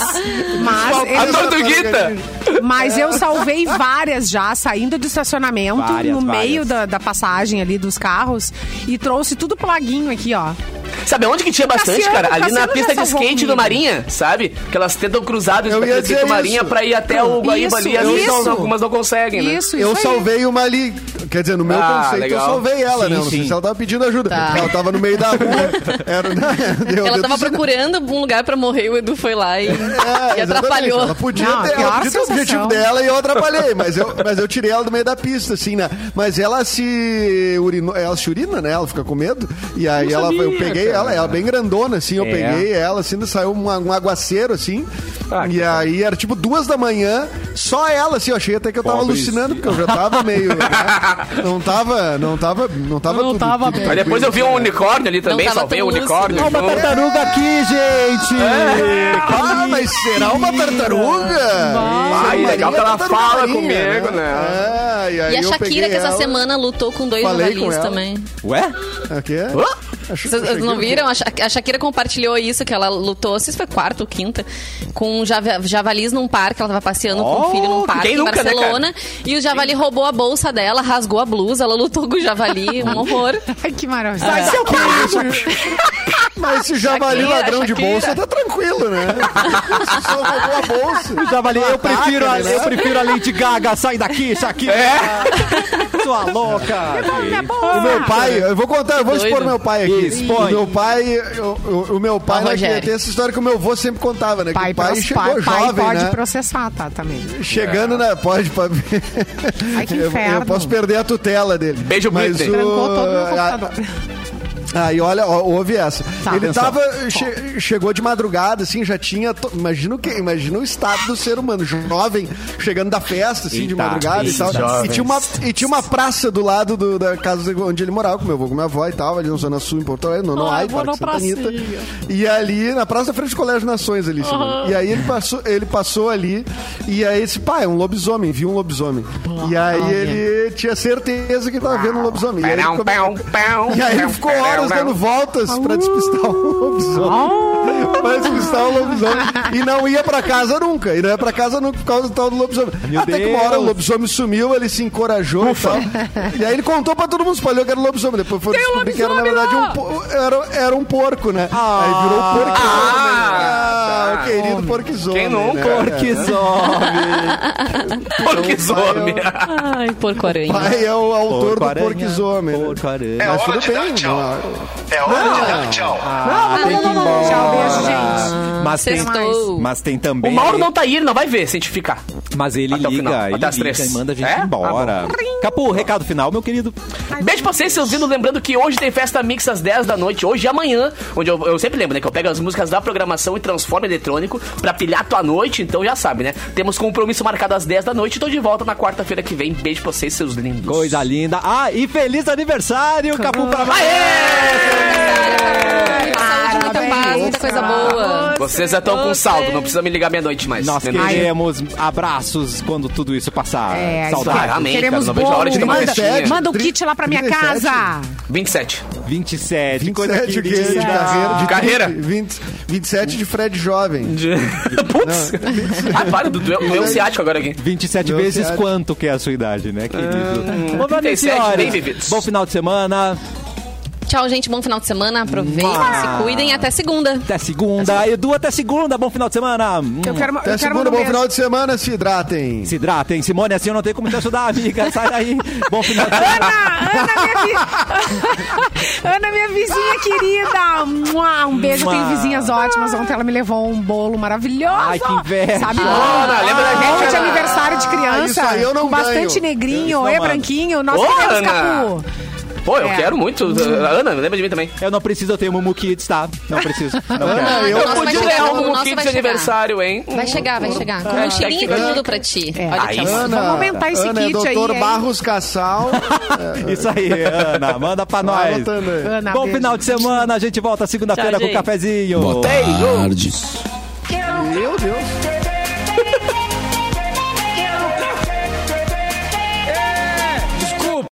S4: mas,
S2: A
S4: ele-
S2: tortuguita!
S4: Mas eu salvei várias já, saindo do estacionamento,
S1: Várias,
S4: no
S1: várias.
S4: meio da, da passagem ali dos carros, e trouxe tudo plaguinho aqui, ó.
S2: Sabe onde que tinha bastante,
S4: Cassiano,
S2: cara? Ali
S4: Cassiano
S2: na
S4: já
S2: pista de
S4: salvou
S2: skate do
S4: comigo.
S2: Marinha, sabe? Que elas tentam cruzar do
S5: Eu ia
S2: skate
S5: dizer
S2: do Marinha
S5: isso.
S2: pra ir até o Guaíba ali. Às
S4: isso,
S2: vezes
S4: isso.
S2: algumas não conseguem, né?
S4: Isso, isso.
S5: Eu
S4: aí.
S5: salvei uma ali. Quer dizer, no meu
S2: Ah,
S5: conceito,
S2: legal.
S5: eu salvei ela,
S1: Sim,
S5: né? Eu Não sei
S1: sim.
S5: se ela tava pedindo ajuda.
S3: Tá.
S5: Ela tava no meio da rua.
S4: [LAUGHS]
S5: Era, né? deu,
S3: Ela tava
S5: deu tudo certo.
S3: procurando um lugar pra morrer, o Edu foi lá e,
S5: É,
S3: e
S5: exatamente.
S3: atrapalhou.
S5: Ela podia
S4: Não,
S5: ter, ela
S4: pior
S5: podia ter o
S4: sensação.
S5: objetivo dela e eu atrapalhei, mas eu, mas eu tirei ela do meio da pista, assim, né? Mas ela se urinou, ela se urina, né? Ela fica com medo. E aí ela, eu peguei ela, ela bem grandona, assim. Eu
S1: É.
S5: peguei ela, assim, saiu um, um aguaceiro, assim.
S2: Ah,
S5: e
S2: que
S5: aí era tipo duas da manhã, só ela, assim. Eu achei até que eu tava
S1: Pobrezinha.
S5: alucinando, porque eu já tava meio. né? Não tava. Não tava. Não tava.
S7: Não
S5: tudo-
S7: tava
S5: tudo
S7: bem.
S2: Mas
S5: tranquilo,
S2: depois eu vi um
S5: assim, né?
S2: unicórnio ali também,
S3: tava
S2: salvei
S3: tão
S2: um unicórnio.
S1: Olha uma
S2: junto.
S1: tartaruga aqui, gente! É.
S5: Ah, mas será uma tartaruga?
S2: Vai,
S5: Maria,
S2: legal que ela
S5: tartaruga
S2: fala
S5: marinha,
S2: comigo, né?
S5: Ah, e, aí
S3: E a
S5: eu
S3: Shakira,
S5: peguei
S3: que essa
S5: ela-
S3: semana lutou com dois
S5: Falei com
S3: jornalistas
S5: ela.
S3: também.
S1: Ué?
S5: O quê?
S2: Hã?
S5: A Sha-
S3: Vocês
S5: Shakira-
S3: não viram? A Sha- A Shakira compartilhou isso, que ela lutou, não sei se foi quarta ou quinta, com um java- javalis num parque. Ela tava passeando com
S1: Oh,
S3: o filho num parque
S2: quem
S3: em
S2: nunca, né,
S3: Barcelona. e o javali roubou a bolsa dela, rasgou a blusa, ela lutou com o
S5: [LAUGHS]
S3: javali, um horror.
S4: Ai, que maravilha.
S5: Que isso? Mas esse javali
S3: Shakira,
S5: ladrão de
S3: Shakira.
S5: bolsa tá tranquilo, né? Só roubou a bolsa.
S1: Eu já falei, eu
S5: Ataca,
S1: prefiro, a,
S5: né?
S1: eu prefiro a Lady Gaga, sai daqui, Shakira! É. Sua louca!
S4: é Minha
S5: O
S4: boa.
S5: meu pai, eu vou contar, eu vou expor meu pai aqui.
S1: Expõe.
S5: O meu pai, eu- eu- o meu pai,
S3: Ó,
S5: né,
S3: Rogério.
S5: que tem essa história que o meu avô sempre contava, né? que
S4: Pai,
S5: o pai
S4: pros-
S5: chegou
S4: pai, pai
S5: jovem,
S4: pode
S5: né?
S4: processar, tá? Também.
S5: Chegando na. Pode, pode.
S4: Ai, que
S5: Eu- Eu,
S4: inferno.
S5: posso perder a tutela dele.
S2: Beijo,
S5: mas
S2: Britney.
S5: o...
S4: Trancou todo o meu
S5: a-
S4: computador.
S5: Aí olha, ó, houve essa.
S4: Tá.
S5: Ele
S4: Atenção.
S5: tava. eh, che- chegou de madrugada, assim, já tinha. to- Imagina o que? Imagina o estado do ser humano, jovem, chegando da festa, assim, de
S1: Eita,
S5: madrugada e
S1: esses
S5: tal. E
S1: jovens.
S5: tinha, uma, e tinha uma praça do lado do- da casa onde ele morava, com meu avô, com minha avó e tal, ali na Zona Sul, em Porto Alegre, no
S7: Ah,
S5: Noai,
S7: eu vou
S5: Parque Santa
S7: na
S5: Anita.
S7: pracinha.
S5: E ali, na praça da frente do Colégio Nações ali, Simone. E aí ele passou, ele passou ali, e aí esse pai, é um lobisomem, viu um lobisomem. E aí ele tinha certeza que tava vendo um lobisomem. E aí ele
S2: Pão,
S5: come-
S2: pão, pão,
S5: e aí ele
S2: pão,
S5: ficou
S1: É,
S2: pão,
S1: um
S5: horas
S2: pão.
S5: dando voltas pra despistar o lobisomem. pra despistar o lobisomem. E não ia pra casa nunca. E não ia pra casa nunca por causa do tal do lobisomem.
S1: Meu
S5: Até que uma hora o
S1: Deus.
S5: lobisomem sumiu, ele se encorajou e tal. E aí ele contou pra todo mundo, espalhou que era o lobisomem. Depois foi descobrir que era, na verdade, um, po- era, era um porco, né? aí virou um porco.
S2: Ah,
S5: ah,
S2: tá.
S5: o querido porquizomem.
S2: Quem
S1: é um
S2: nunca?
S5: Né?
S1: Porquizome!
S2: [LAUGHS] Porquizome.
S3: Ai, porco aranha.
S5: Pai é o autor do
S1: Porco-aranha,
S5: porquizomem. né?
S1: porco-aranha. É
S5: Mas tudo bem. né?
S8: É hora de dar tchau.
S1: Ah, tem que ir embora.
S4: Tchau, beijo, gente.
S1: Mas tem,
S3: Sextou.
S1: mas tem
S2: O
S1: também.
S2: Mauro não tá aí, ele não vai ver se a gente ficar.
S1: Mas ele
S2: Até o final,
S1: liga,
S2: até
S1: ele
S2: as
S1: liga
S2: três.
S1: e manda a gente
S2: É?
S1: embora. Capu, recado final, meu querido.
S2: Beijo pra vocês, seus lindos. Lembrando que hoje tem festa mix às 10 da noite, hoje e amanhã. Onde eu, eu sempre lembro, né? Que eu pego as músicas da programação e transformo em eletrônico pra pilhar tua noite. Então já sabe, né? Temos compromisso marcado às 10 da noite. Tô de volta na quarta-feira que vem. Beijo pra vocês, seus lindos.
S1: Coisa linda. Ah, e feliz aniversário, Capu pra
S2: É,
S3: Muita saúde, muita paz, muita coisa boa.
S2: Vocês já estão com saldo, não precisa me ligar meia-noite mais.
S1: Nós
S2: Meia-noite.
S1: queremos abraços quando tudo isso passar.
S4: É, isso
S1: Saudade.
S4: aí.
S2: Ah, amém,
S4: Queremos
S2: cara, não vejo a hora de
S4: bolo.
S2: tomar
S4: manda,
S5: festinha.
S4: manda o kit lá pra minha
S5: 37.
S4: casa.
S2: 27.
S1: 27, coisa
S5: 27 o quê? De
S1: querida.
S5: carreira? De
S2: Carreira?
S5: 20, 27 de Fred jovem.
S2: [LAUGHS] Putz! Ah, para, do doeu doeu o ciático agora aqui.
S1: 27
S5: Não,
S1: vezes
S5: cara.
S1: quanto que é a sua idade, né, querido? Bom,
S2: 37,
S1: Vanessa,
S2: bem vividos.
S1: Bom final de semana.
S3: Tchau, gente. Bom final de semana. Aproveitem, se cuidem e até segunda.
S1: Até segunda. Edu, até segunda. Bom final de semana. Hum,
S4: Eu quero,
S5: Até
S4: eu quero
S5: segunda,
S4: mandar um
S5: bom
S4: beijo.
S5: final de semana, se hidratem.
S1: Se hidratem. Simone, assim eu não tenho como te ajudar, amiga. Sai daí. Bom final de semana.
S4: Ana, Ah, Ana, minha vi- [LAUGHS] Ana, minha vizinha querida. Mua, Um beijo,
S1: Mua.
S4: tenho vizinhas ótimas. Ontem ela me levou um bolo maravilhoso.
S1: Ai, que inveja.
S4: Sabe?
S2: Ana, lembra da
S4: bolo
S2: gente,
S4: de
S2: Ana?
S4: aniversário de
S5: isso
S4: criança.
S5: aí eu não
S4: com bastante
S5: ganho.
S1: Isso não
S4: negrinho, é
S1: mando.
S4: branquinho. Nós
S2: Ô,
S4: queremos,
S2: Ana.
S4: Capu.
S2: Pô, eu
S4: É.
S2: quero muito.
S3: Hum.
S2: A Ana, lembra de mim também.
S1: Eu não preciso, eu tenho Mumu Kids, tá? Não
S5: [LAUGHS]
S1: preciso. Não quero.
S5: Ah, eu
S3: Nossa, vai
S2: Podia
S3: chegar,
S2: ganhar
S3: o
S2: um kit
S3: nosso vai
S2: de
S3: chegar.
S2: aniversário, hein?
S3: Vai chegar, vai chegar. Com um cheirinho e tudo pra ti.
S4: É.
S3: Olha
S2: Aí
S3: que amor.
S4: Vamos aumentar esse
S5: Ana,
S4: kit
S5: é
S4: aí,
S5: Dr.
S4: hein?
S5: Barros Cassal.
S1: Isso aí, Ana. Manda pra
S5: Vai
S1: nós.
S5: anotando aí.
S4: Ana,
S1: Bom
S4: beijo.
S1: final de semana. A gente volta segunda-feira um
S3: Tchau,
S1: com o
S3: gente.
S1: cafezinho.
S6: Boa tarde.
S5: Meu Deus.